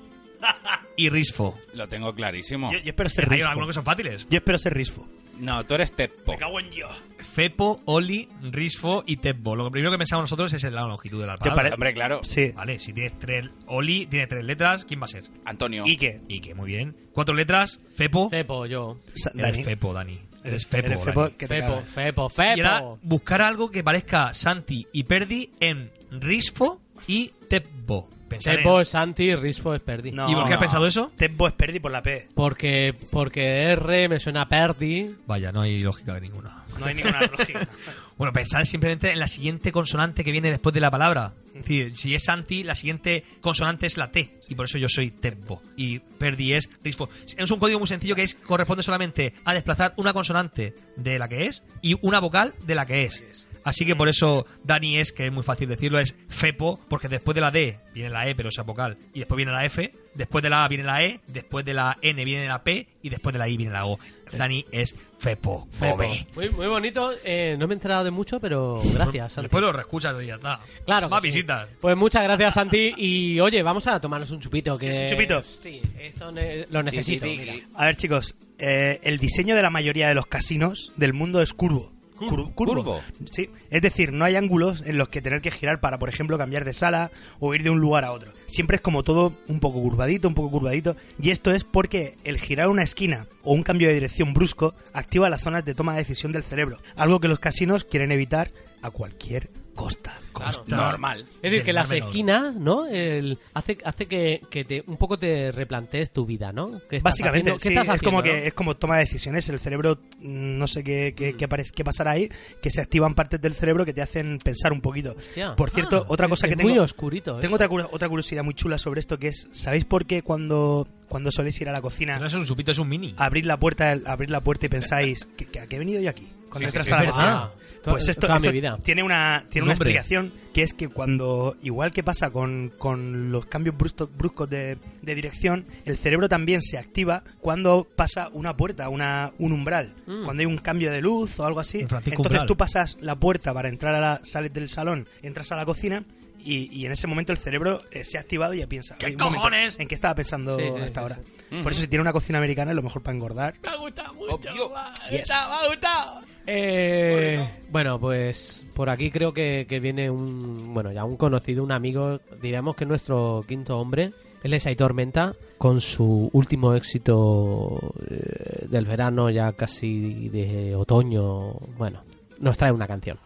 [SPEAKER 3] y Risfo.
[SPEAKER 5] lo tengo clarísimo.
[SPEAKER 4] Yo, yo espero ser
[SPEAKER 3] Hay
[SPEAKER 4] Risfo.
[SPEAKER 3] algunos que son fáciles.
[SPEAKER 4] Yo espero ser Risfo.
[SPEAKER 3] Oh.
[SPEAKER 5] No, tú eres Teppo.
[SPEAKER 4] en Dios.
[SPEAKER 3] Fepo, Oli, Risfo y Tepbo. Lo primero que pensamos nosotros es en la longitud de la
[SPEAKER 4] ¿Te
[SPEAKER 3] palabra.
[SPEAKER 4] pare-
[SPEAKER 5] Hombre, claro.
[SPEAKER 4] Sí.
[SPEAKER 3] Oh. Vale, si tienes tres Oli, tiene tres letras, ¿quién va a ser?
[SPEAKER 5] Antonio.
[SPEAKER 4] ¿Y qué?
[SPEAKER 3] Ike, muy bien. Cuatro letras, Fepo.
[SPEAKER 2] Fepo, yo.
[SPEAKER 4] Sa-
[SPEAKER 3] Eres Fepo, Dani. Eres Fepo,
[SPEAKER 4] Eres Fepo,
[SPEAKER 3] Dani.
[SPEAKER 4] que te
[SPEAKER 2] Fepo,
[SPEAKER 4] cagas.
[SPEAKER 2] Fepo,
[SPEAKER 3] Y era
[SPEAKER 2] Fepo.
[SPEAKER 3] buscar algo que parezca Santi y Perdi en Risfo y Tepbo. Pensar
[SPEAKER 2] Fepo
[SPEAKER 3] en-
[SPEAKER 2] es Santi, Rispo es Perdi.
[SPEAKER 4] No.
[SPEAKER 3] ¿Y por qué has pensado eso?
[SPEAKER 4] Tempo es perdi por la P.
[SPEAKER 2] Porque, porque R me suena a Perdi.
[SPEAKER 3] Vaya, no hay lógica de ninguna.
[SPEAKER 4] No hay ninguna lógica.
[SPEAKER 3] Bueno, pensar simplemente en la siguiente consonante que viene después de la palabra. Es decir, si es Santi, la siguiente consonante es la T. Y por eso yo soy Tepbo. Y Perdi es Risfo. Es un código muy sencillo que es, corresponde solamente a desplazar una consonante de la que es y una vocal de la que es. Así que por eso Dani es, que es muy fácil decirlo, es Fepo, porque después de la D viene la E, pero esa vocal, y después viene la F, después de la A viene la E, después de la N viene la P y después de la I viene la O. Dani es Fepo.
[SPEAKER 2] Fepo.
[SPEAKER 3] Gobe.
[SPEAKER 2] Muy, muy bonito. Eh, no me he enterado de mucho, pero gracias, Santi.
[SPEAKER 3] Después lo reescuchas y ya está.
[SPEAKER 2] Claro. que
[SPEAKER 3] Más
[SPEAKER 2] sí.
[SPEAKER 3] visitas.
[SPEAKER 2] Pues muchas gracias, Santi. Y oye, vamos a tomarnos un chupito. Que...
[SPEAKER 4] ¿Un chupito?
[SPEAKER 2] Sí, esto ne- lo necesito.
[SPEAKER 5] Sí, sí,
[SPEAKER 2] mira.
[SPEAKER 5] sí.
[SPEAKER 4] A ver, chicos, eh, el diseño de la mayoría de los casinos del mundo es curvo. Cur-
[SPEAKER 5] curvo.
[SPEAKER 4] Sí, es decir, no hay ángulos en los que tener que girar para, por ejemplo, cambiar de sala o ir de un lugar a otro. Siempre es como todo un poco curvadito, un poco curvadito. Y esto es porque el girar una esquina o un cambio de dirección brusco activa las zonas de toma de decisión del cerebro, algo que los casinos quieren evitar a cualquier costa.
[SPEAKER 3] Costa.
[SPEAKER 5] Normal.
[SPEAKER 2] Es decir, que
[SPEAKER 3] Del
[SPEAKER 2] las
[SPEAKER 3] Mar Menor.
[SPEAKER 2] esquinas, ¿no? El- hace hace que, que te, un poco te replantees tu vida, ¿no? ¿Qué estás
[SPEAKER 4] Básicamente,
[SPEAKER 2] haciendo? ¿Qué
[SPEAKER 4] sí,
[SPEAKER 2] estás
[SPEAKER 4] es como
[SPEAKER 2] haciendo,
[SPEAKER 4] que
[SPEAKER 2] no?
[SPEAKER 4] es como toma de decisiones. El cerebro, mm, no sé qué, qué, qué aparece- qué pasará ahí, que se activan partes del cerebro que te hacen pensar un poquito.
[SPEAKER 2] Hostia.
[SPEAKER 4] Por cierto,
[SPEAKER 3] Ah,
[SPEAKER 4] otra
[SPEAKER 2] Es-
[SPEAKER 4] cosa
[SPEAKER 2] es
[SPEAKER 4] que tengo.
[SPEAKER 2] Muy oscurito. ¿eh?
[SPEAKER 4] Tengo otra, cur- otra curiosidad muy chula sobre esto que es, ¿sabéis por qué cuando, cuando soléis ir a la
[SPEAKER 3] Que No
[SPEAKER 4] cocina,
[SPEAKER 3] es un supito, es un mini.
[SPEAKER 4] abrir la puerta, abrir la puerta y pensáis, ¿qué, qué- a qué he venido yo aquí? Cuando
[SPEAKER 5] Sí, sí,
[SPEAKER 4] entras
[SPEAKER 5] sí,
[SPEAKER 4] a la
[SPEAKER 5] es
[SPEAKER 4] cocina.
[SPEAKER 3] Ah.
[SPEAKER 2] verdad. Toda-
[SPEAKER 4] Pues esto,
[SPEAKER 2] Ah, toda
[SPEAKER 4] esto
[SPEAKER 2] mi vida.
[SPEAKER 4] tiene una, tiene
[SPEAKER 3] Un
[SPEAKER 4] una
[SPEAKER 3] hombre.
[SPEAKER 4] explicación que es que cuando, igual que pasa con, con los cambios brusco- bruscos de, de dirección, el cerebro también se activa cuando pasa una puerta, una, un umbral,
[SPEAKER 2] Mm.
[SPEAKER 4] cuando hay un cambio de luz o algo así.
[SPEAKER 3] Un Francisco
[SPEAKER 4] Entonces
[SPEAKER 3] Umbral.
[SPEAKER 4] tú pasas la puerta para entrar a la, sales del salón, entras a la cocina. Y, y en ese momento el cerebro eh, se ha activado y ya piensa.
[SPEAKER 3] ¿Qué
[SPEAKER 4] "Oye, un momento,
[SPEAKER 3] cojones?"
[SPEAKER 4] ¿En qué estaba pensando
[SPEAKER 2] Sí, sí,
[SPEAKER 4] hasta
[SPEAKER 2] sí,
[SPEAKER 4] ahora?
[SPEAKER 5] sí.
[SPEAKER 4] Por eso si tiene una cocina americana es lo mejor para engordar.
[SPEAKER 2] Me ha gustado mucho.
[SPEAKER 5] Obvio.
[SPEAKER 2] me ha
[SPEAKER 4] Yes.
[SPEAKER 2] gustado, me ha gustado. Eh, bueno, pues por aquí creo que, que viene un, bueno, ya un conocido, un amigo, diríamos que nuestro quinto hombre, él es Aitor Menta, con su último éxito eh, del verano, ya casi de otoño, bueno, nos trae una canción.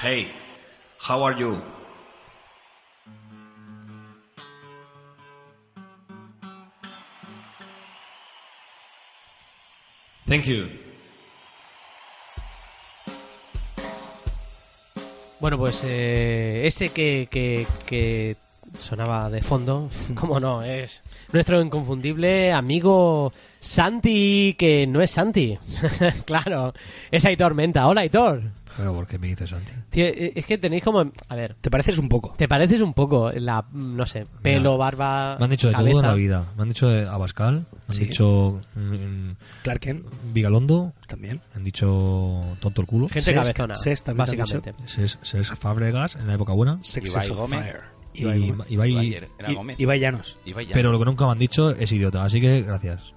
[SPEAKER 6] Hey, how are you?
[SPEAKER 3] Thank you.
[SPEAKER 2] Bueno, pues eh, ese que, que- que sonaba de fondo, cómo no, es nuestro inconfundible amigo Santi, que no es Santi, claro, es Aitor Menta. Hola Aitor.
[SPEAKER 3] Pero ¿por qué me dices Santi?
[SPEAKER 2] Tío, eh, es que tenéis como... A ver,
[SPEAKER 4] ¿Te pareces un poco?
[SPEAKER 2] te pareces un poco la, no sé, pelo, barba,
[SPEAKER 3] Me han dicho de
[SPEAKER 2] cabeza.
[SPEAKER 3] todo en la vida. Me han dicho de Abascal, me han
[SPEAKER 4] Sí.
[SPEAKER 3] dicho mm, mm,
[SPEAKER 4] Clark Kent
[SPEAKER 3] Vigalondo,
[SPEAKER 4] también.
[SPEAKER 3] me han dicho Tonto el culo.
[SPEAKER 2] Gente
[SPEAKER 4] Sesc-
[SPEAKER 2] cabezona,
[SPEAKER 4] Sesc también te han
[SPEAKER 2] básicamente.
[SPEAKER 3] Ses, Ses Fabregas en la época buena.
[SPEAKER 4] Sex
[SPEAKER 5] Ibai
[SPEAKER 4] is on
[SPEAKER 5] Gómez.
[SPEAKER 4] fire.
[SPEAKER 3] Y
[SPEAKER 4] Ibai Gómez.
[SPEAKER 3] Ibai-
[SPEAKER 5] Ibai era Gómez.
[SPEAKER 4] Ibai Llanos.
[SPEAKER 5] Ibai ya.
[SPEAKER 3] Pero lo que nunca me han dicho es idiota, así que gracias.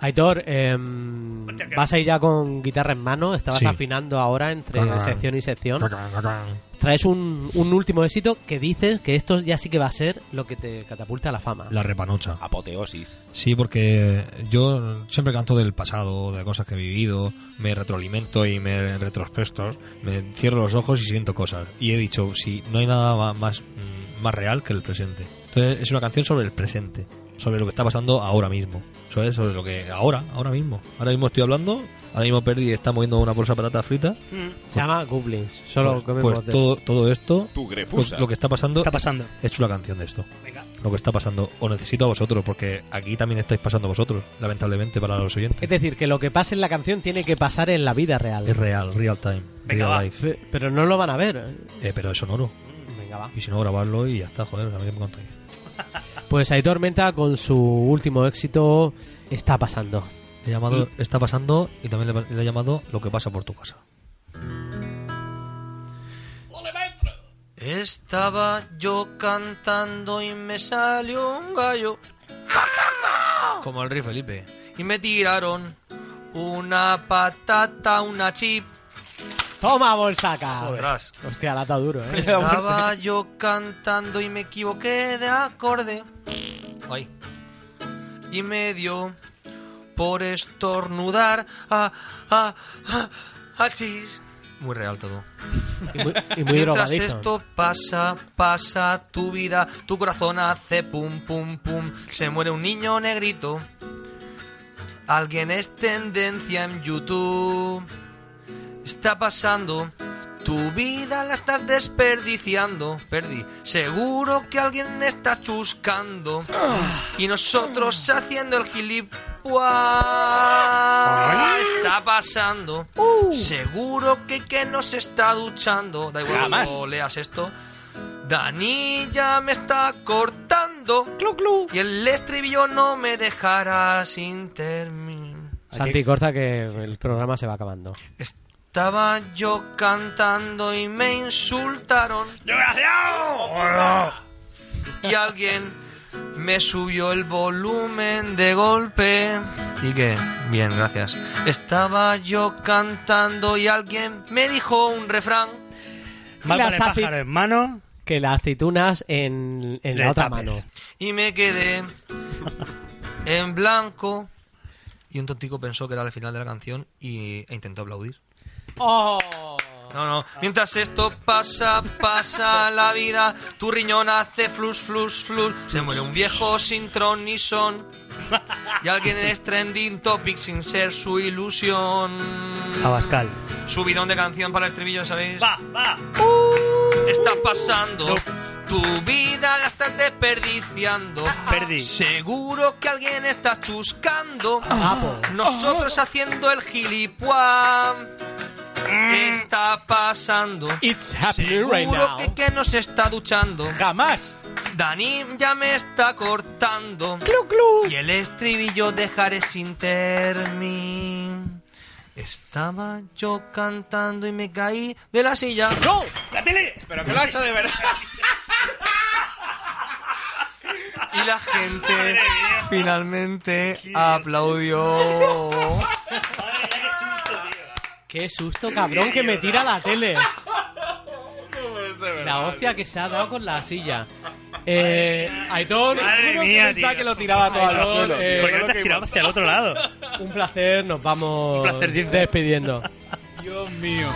[SPEAKER 2] Aitor, em, vas a ir ya con guitarra en mano, estabas
[SPEAKER 3] Sí.
[SPEAKER 2] afinando ahora entre
[SPEAKER 3] Claro.
[SPEAKER 2] sección y sección.
[SPEAKER 3] La
[SPEAKER 2] traes un, un último éxito que dices que esto ya sí que va a ser lo que te catapulta a la fama.
[SPEAKER 3] repanocha.
[SPEAKER 5] Apoteosis.
[SPEAKER 3] Sí, porque yo siempre canto del pasado, de cosas que he vivido, me retroalimento y me retrospectos, me cierro los ojos y siento cosas. Y he dicho, sí, no hay nada ma- más, mm, más real que el presente. Entonces es una canción sobre el presente, sobre lo que está pasando ahora mismo, sobre, sobre lo que ahora, ahora mismo. Ahora mismo estoy hablando, ahora mismo Perdi está moviendo una bolsa de patatas fritas.
[SPEAKER 2] Se llama Goblins. Solo
[SPEAKER 3] pues
[SPEAKER 2] comemos de
[SPEAKER 3] todo, todo esto,
[SPEAKER 5] Tu
[SPEAKER 3] lo,
[SPEAKER 5] grefusa.
[SPEAKER 3] Pues, lo que está pasando,
[SPEAKER 4] está pasando?
[SPEAKER 3] es una canción de esto lo que está pasando. Os necesito a vosotros, porque aquí también estáis pasando vosotros, lamentablemente para los
[SPEAKER 2] eso.
[SPEAKER 3] oyentes.
[SPEAKER 2] Es decir, que lo que pasa en la canción tiene que pasar en la vida real.
[SPEAKER 3] Es real, real time, real life.
[SPEAKER 2] Pe- Pero no lo van a ver.
[SPEAKER 3] Eh, pero es sonoro.
[SPEAKER 2] Venga, va.
[SPEAKER 3] Y si no, grabarlo y ya está, joder, a mí que me contáis.
[SPEAKER 2] Pues ahí Tormenta con su último éxito está pasando.
[SPEAKER 3] Le he llamado Está pasando y también le, le he llamado Lo que pasa por tu casa.
[SPEAKER 8] Estaba yo cantando y me salió un gallo. Como el rey Felipe. Y me tiraron una patata, una chip.
[SPEAKER 2] ¡Toma, bolsaca!
[SPEAKER 8] Atrás.
[SPEAKER 2] Hostia, la está duro, ¿eh?
[SPEAKER 8] Estaba yo cantando y me equivoqué de acorde. Ay. Y me dio por estornudar a. a. a. achis. Muy real todo.
[SPEAKER 2] Y muy, y muy
[SPEAKER 8] Mientras
[SPEAKER 2] drogadicto.
[SPEAKER 8] esto pasa, pasa tu vida, tu corazón hace pum, pum, pum. Se muere un niño negrito. Alguien es tendencia en YouTube. Está pasando. Tu vida la estás desperdiciando, perdí. Seguro que alguien está chuscando. Y nosotros haciendo el gilipua. Está pasando. Seguro que que nos está duchando. Da igual
[SPEAKER 5] Jamás.
[SPEAKER 8] cuando leas esto. Dani ya me está cortando. Y el estribillo no me dejará sin terminar.
[SPEAKER 2] Santi, corta que el programa se va acabando.
[SPEAKER 8] Estaba yo cantando y me insultaron. Y alguien me subió el volumen de golpe. ¿Y qué? Bien, gracias. Estaba yo cantando y alguien me dijo un refrán.
[SPEAKER 4] Mal
[SPEAKER 2] La
[SPEAKER 4] para el
[SPEAKER 2] saci-
[SPEAKER 4] pájaro en mano.
[SPEAKER 2] Que las aceitunas en, en la
[SPEAKER 4] Le
[SPEAKER 2] otra
[SPEAKER 4] tape.
[SPEAKER 2] mano.
[SPEAKER 8] Y me quedé en blanco. Y un tontico pensó que era el final de la canción y, e intentó aplaudir.
[SPEAKER 2] ¡Oh!
[SPEAKER 8] No, no. Mientras esto pasa, pasa la vida. Tu riñón hace flus, flus, flus. Se muere un viejo sin tron ni son. Y alguien es trending topic sin ser su ilusión.
[SPEAKER 4] Abascal.
[SPEAKER 8] Subidón de canción para el estribillo, ¿sabéis? Uh.
[SPEAKER 4] Va, va.
[SPEAKER 8] Está pasando. Tu vida la estás desperdiciando.
[SPEAKER 2] Ah,
[SPEAKER 4] Perdí.
[SPEAKER 8] Seguro que alguien está chuscando.
[SPEAKER 2] Ah.
[SPEAKER 3] Oh.
[SPEAKER 8] Nosotros haciendo el gilipuá.
[SPEAKER 3] Mm.
[SPEAKER 8] ¿Qué está pasando?
[SPEAKER 7] It's happening
[SPEAKER 8] Seguro
[SPEAKER 7] right now.
[SPEAKER 8] que, que nos está duchando.
[SPEAKER 7] Jamás.
[SPEAKER 8] Dani ya me está cortando. Y el estribillo dejaré sin terminar. Estaba yo cantando y me caí de la silla.
[SPEAKER 7] ¡No!
[SPEAKER 4] ¡La tele!
[SPEAKER 5] Pero que lo ha hecho de verdad.
[SPEAKER 8] Y la gente finalmente aplaudió.
[SPEAKER 2] ¡Qué susto, cabrón, que me tira la tele! La hostia que se ha dado con la silla. Eh, Aitor,
[SPEAKER 4] Madre
[SPEAKER 2] juro que
[SPEAKER 4] mía,
[SPEAKER 2] pensaba
[SPEAKER 4] tío.
[SPEAKER 2] que lo tiraba todo al
[SPEAKER 4] Ay,
[SPEAKER 2] suelo.
[SPEAKER 4] no,
[SPEAKER 2] Eh,
[SPEAKER 4] ¿Por qué no te has tirado hacia el otro lado?
[SPEAKER 2] un placer, nos vamos
[SPEAKER 4] Un placer, dice.
[SPEAKER 2] despidiendo.
[SPEAKER 5] Dios mío.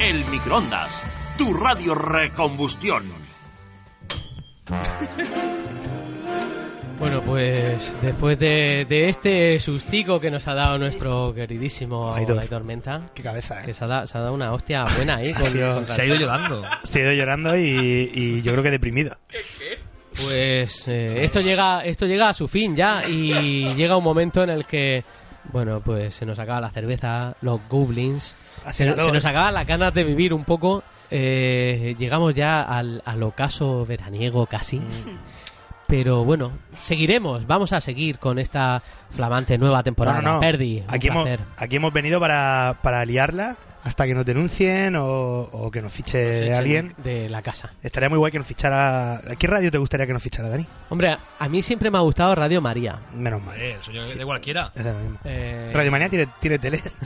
[SPEAKER 1] El microondas, tu radio recombustión.
[SPEAKER 2] Bueno, pues después de, de este sustico que nos ha dado nuestro queridísimo
[SPEAKER 4] Aitor. Ah,
[SPEAKER 2] Aitor, Tormenta,
[SPEAKER 4] Qué cabeza,
[SPEAKER 2] que se ha, da- se ha dado una hostia buena ahí. Con,
[SPEAKER 4] sido-
[SPEAKER 2] con-
[SPEAKER 3] Se ha ido llorando.
[SPEAKER 4] Se ha ido llorando y, y yo creo que deprimido.
[SPEAKER 2] Pues eh, esto llega esto llega a su fin ya y llega un momento en el que bueno, pues se nos acaba la cerveza, los goblins,
[SPEAKER 4] Hace
[SPEAKER 2] se,
[SPEAKER 4] calor.
[SPEAKER 2] se nos acaba las ganas de vivir un poco. eh, llegamos ya al, al ocaso veraniego casi.
[SPEAKER 4] Mm.
[SPEAKER 2] Pero bueno, seguiremos, vamos a seguir con esta flamante nueva temporada.
[SPEAKER 4] No, no, no.
[SPEAKER 2] Perdi, un
[SPEAKER 4] Aquí hemos,
[SPEAKER 2] placer.
[SPEAKER 4] aquí hemos venido para, para liarla hasta que nos denuncien o, o que nos fiche
[SPEAKER 2] Nos echen
[SPEAKER 4] alguien.
[SPEAKER 2] de la casa.
[SPEAKER 4] Estaría muy guay que nos fichara. ¿A qué radio te gustaría que nos fichara, Dani?
[SPEAKER 2] Hombre, a- a mí siempre me ha gustado Radio María.
[SPEAKER 4] Menos mal.
[SPEAKER 3] Eh, el sueño de cualquiera.
[SPEAKER 4] Es de la misma.
[SPEAKER 2] Eh,
[SPEAKER 4] Radio Manía tiene, tiene teles.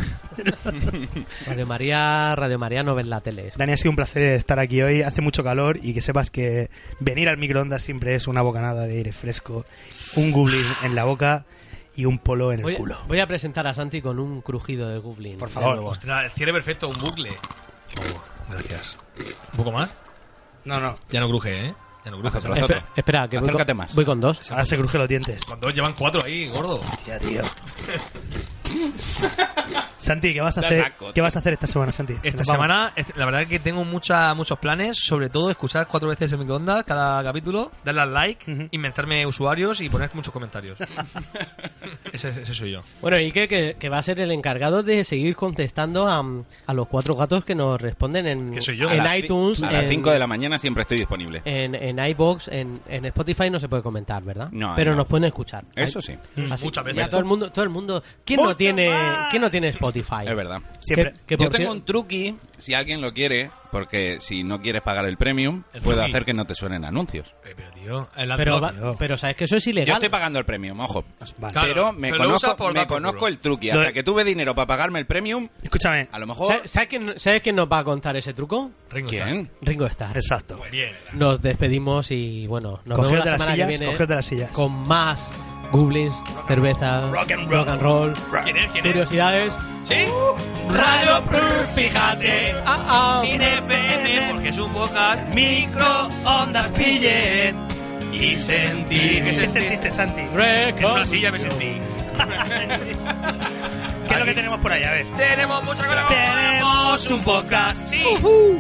[SPEAKER 2] Radio María, Radio María no ves la tele. es
[SPEAKER 4] Dani, ha sido un placer estar aquí hoy. Hace mucho calor y que sepas que venir al microondas siempre es una bocanada de aire fresco, un goblin en la boca y un polo en el
[SPEAKER 2] Voy,
[SPEAKER 4] culo.
[SPEAKER 2] voy a presentar a Santi con un crujido de Goblin.
[SPEAKER 4] Por favor.
[SPEAKER 2] De nuevo.
[SPEAKER 3] Ostras, el cierre perfecto, un bucle. gracias. ¿Un poco más?
[SPEAKER 4] No, no.
[SPEAKER 3] Ya no cruje, ¿eh? Ya no cruje.
[SPEAKER 5] Haz otro, haz
[SPEAKER 3] Con
[SPEAKER 5] otro.
[SPEAKER 2] Espe- espera, que voy
[SPEAKER 5] pues Acércate
[SPEAKER 2] con,
[SPEAKER 5] más.
[SPEAKER 2] voy con dos.
[SPEAKER 4] Ahora se cruje los dientes.
[SPEAKER 3] dos llevan cuatro ahí, gordo.
[SPEAKER 4] Ya, tío. Santi, ¿qué vas a
[SPEAKER 5] Te
[SPEAKER 4] hacer?
[SPEAKER 5] saco,
[SPEAKER 4] ¿Qué
[SPEAKER 5] tío.
[SPEAKER 4] vas a hacer esta semana, Santi? Que
[SPEAKER 3] Esta
[SPEAKER 4] nos vamos.
[SPEAKER 3] semana, este- la verdad es que tengo mucha, muchos planes, sobre todo escuchar cuatro veces el microondas cada capítulo, darle al like,
[SPEAKER 4] Ujú.
[SPEAKER 3] inventarme usuarios y poner muchos comentarios. ese, ese soy yo.
[SPEAKER 2] Bueno, y que, que, que va a ser el encargado de seguir contestando a, a los cuatro gatos que nos responden en,
[SPEAKER 3] Que soy yo.
[SPEAKER 2] en
[SPEAKER 5] A las ci-
[SPEAKER 2] iTunes, eh,
[SPEAKER 5] A las
[SPEAKER 2] en-
[SPEAKER 5] 5 de la mañana siempre estoy disponible.
[SPEAKER 2] en, en iBox, en, en Spotify no se puede comentar, ¿verdad?
[SPEAKER 5] No,
[SPEAKER 2] Pero
[SPEAKER 5] no.
[SPEAKER 2] nos pueden escuchar.
[SPEAKER 5] Eso
[SPEAKER 2] Ay, así-
[SPEAKER 5] sí.
[SPEAKER 3] Mm, Muchas veces.
[SPEAKER 2] ya todo el mundo, todo el mundo. ¿Quién no
[SPEAKER 4] Mucho
[SPEAKER 2] tiene,
[SPEAKER 4] más.
[SPEAKER 2] quién no tiene Spotify?
[SPEAKER 5] Es verdad.
[SPEAKER 4] Siempre.
[SPEAKER 2] Que- que
[SPEAKER 5] Yo
[SPEAKER 2] por
[SPEAKER 5] tengo
[SPEAKER 2] cier-
[SPEAKER 5] un truqui, si alguien lo quiere, porque si no quieres pagar el premium, puedo
[SPEAKER 3] truqui.
[SPEAKER 5] hacer que no te suenen anuncios.
[SPEAKER 3] Eh, pero tío, el
[SPEAKER 2] pero,
[SPEAKER 3] AdBlock,
[SPEAKER 2] va-
[SPEAKER 3] tío.
[SPEAKER 2] pero sabes que eso es
[SPEAKER 5] Yo
[SPEAKER 2] ilegal.
[SPEAKER 5] estoy pagando el premium, ojo.
[SPEAKER 4] Vale.
[SPEAKER 3] Claro,
[SPEAKER 5] pero me
[SPEAKER 3] pero lo usas
[SPEAKER 5] conozco,
[SPEAKER 3] por
[SPEAKER 5] me
[SPEAKER 3] dar por culo.
[SPEAKER 5] conozco el truqui.
[SPEAKER 4] Lo-
[SPEAKER 5] Hasta que tuve dinero para pagarme el premium,
[SPEAKER 4] Escúchame.
[SPEAKER 5] a
[SPEAKER 2] ¿Sabes,
[SPEAKER 5] lo mejor...
[SPEAKER 2] sabes quién, ¿Sabes quién nos va a contar ese truco?
[SPEAKER 3] Ringo
[SPEAKER 5] ¿Quién?
[SPEAKER 2] Ringo Starr.
[SPEAKER 4] Exacto.
[SPEAKER 3] Starr. Bien.
[SPEAKER 2] Nos despedimos y bueno, nos
[SPEAKER 4] Coged
[SPEAKER 2] vemos
[SPEAKER 4] de
[SPEAKER 2] la
[SPEAKER 4] las
[SPEAKER 2] semana
[SPEAKER 4] sillas,
[SPEAKER 2] que viene
[SPEAKER 4] coged de las sillas.
[SPEAKER 2] con más goblins, cerveza, rock and roll,
[SPEAKER 3] ¿Quién es? ¿Quién es?
[SPEAKER 2] curiosidades.
[SPEAKER 3] ¿Sí? Radio Proof, fíjate.
[SPEAKER 8] Ah.
[SPEAKER 2] Ah,
[SPEAKER 3] Sin FM, porque es un vocal. Microondas pillen. Y sentí.
[SPEAKER 4] ¿Qué sentiste, Santi?
[SPEAKER 3] En una silla me sentí.
[SPEAKER 4] ¿Qué es lo que tenemos por ahí? A ver.
[SPEAKER 3] Tenemos mucha cosa.
[SPEAKER 4] Tenemos
[SPEAKER 3] un podcast. Sí.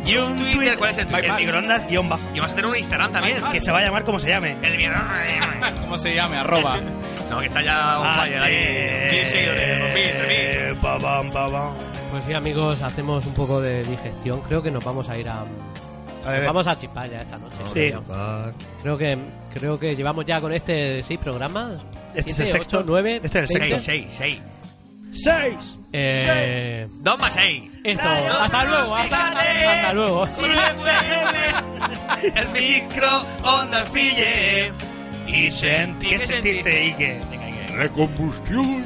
[SPEAKER 3] Y un Twitter. ¿Cuál es el Twitter?
[SPEAKER 4] El microondas guión bajo.
[SPEAKER 3] Y vas a tener un Instagram también.
[SPEAKER 4] Que se va a llamar como se llame.
[SPEAKER 3] El
[SPEAKER 8] Ah,
[SPEAKER 3] microondas.
[SPEAKER 5] ¿Cómo se llama? Arroba.
[SPEAKER 3] No, que está ya
[SPEAKER 4] Ah,
[SPEAKER 3] un fallo.
[SPEAKER 4] Ale.
[SPEAKER 3] Sí, seguidores. dos mil, tres mil.
[SPEAKER 4] Pa, pam, pa, pam.
[SPEAKER 2] Pues sí, amigos, hacemos un poco de digestión. Creo que nos vamos a ir a.
[SPEAKER 4] A ver,
[SPEAKER 2] Vamos a chipar ya esta noche.
[SPEAKER 4] Sí.
[SPEAKER 2] creo yo. Creo que creo que llevamos ya con este seis programas.
[SPEAKER 4] Este es
[SPEAKER 2] Siete,
[SPEAKER 4] el sexto.
[SPEAKER 2] ocho, nueve,
[SPEAKER 4] Este es el
[SPEAKER 2] veinte.
[SPEAKER 4] sexto.
[SPEAKER 3] Seis, seis, seis.
[SPEAKER 4] ¡Seis!
[SPEAKER 2] Eh,
[SPEAKER 3] Dos más seis.
[SPEAKER 2] esto. Hasta luego. Hasta, hasta luego.
[SPEAKER 3] El microondas pille.
[SPEAKER 4] ¿Qué sentiste, Ike?
[SPEAKER 3] Venga, Ike.
[SPEAKER 9] recombustión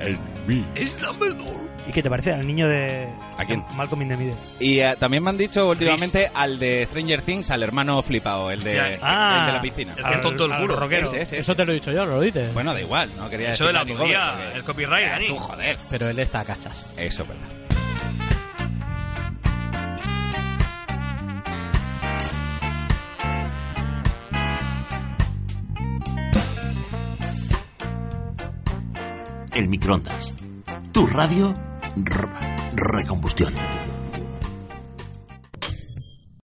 [SPEAKER 9] en mí.
[SPEAKER 8] Es Dumbledore.
[SPEAKER 4] ¿Y qué te parece? Al niño de.
[SPEAKER 5] ¿A quién?
[SPEAKER 4] Malcolm in the Middle.
[SPEAKER 5] Y eh, también me han dicho últimamente al de Stranger Things, al hermano flipado, el de,
[SPEAKER 8] Ya,
[SPEAKER 4] ah.
[SPEAKER 5] el de la piscina.
[SPEAKER 8] El que es tonto el
[SPEAKER 4] al
[SPEAKER 8] culo.
[SPEAKER 4] rockero.
[SPEAKER 5] Ese, ese,
[SPEAKER 2] Eso
[SPEAKER 5] ese.
[SPEAKER 2] te lo he dicho yo, no lo dices.
[SPEAKER 5] Bueno, da igual, no quería
[SPEAKER 8] Eso de la
[SPEAKER 5] decir Danny
[SPEAKER 8] autoría,
[SPEAKER 5] Gold,
[SPEAKER 8] el copyright,
[SPEAKER 5] porque-
[SPEAKER 8] Dani.
[SPEAKER 5] Tú, joder.
[SPEAKER 2] Pero él está a cachas.
[SPEAKER 5] Eso es verdad.
[SPEAKER 1] El microondas. Tu radio re- recombustión.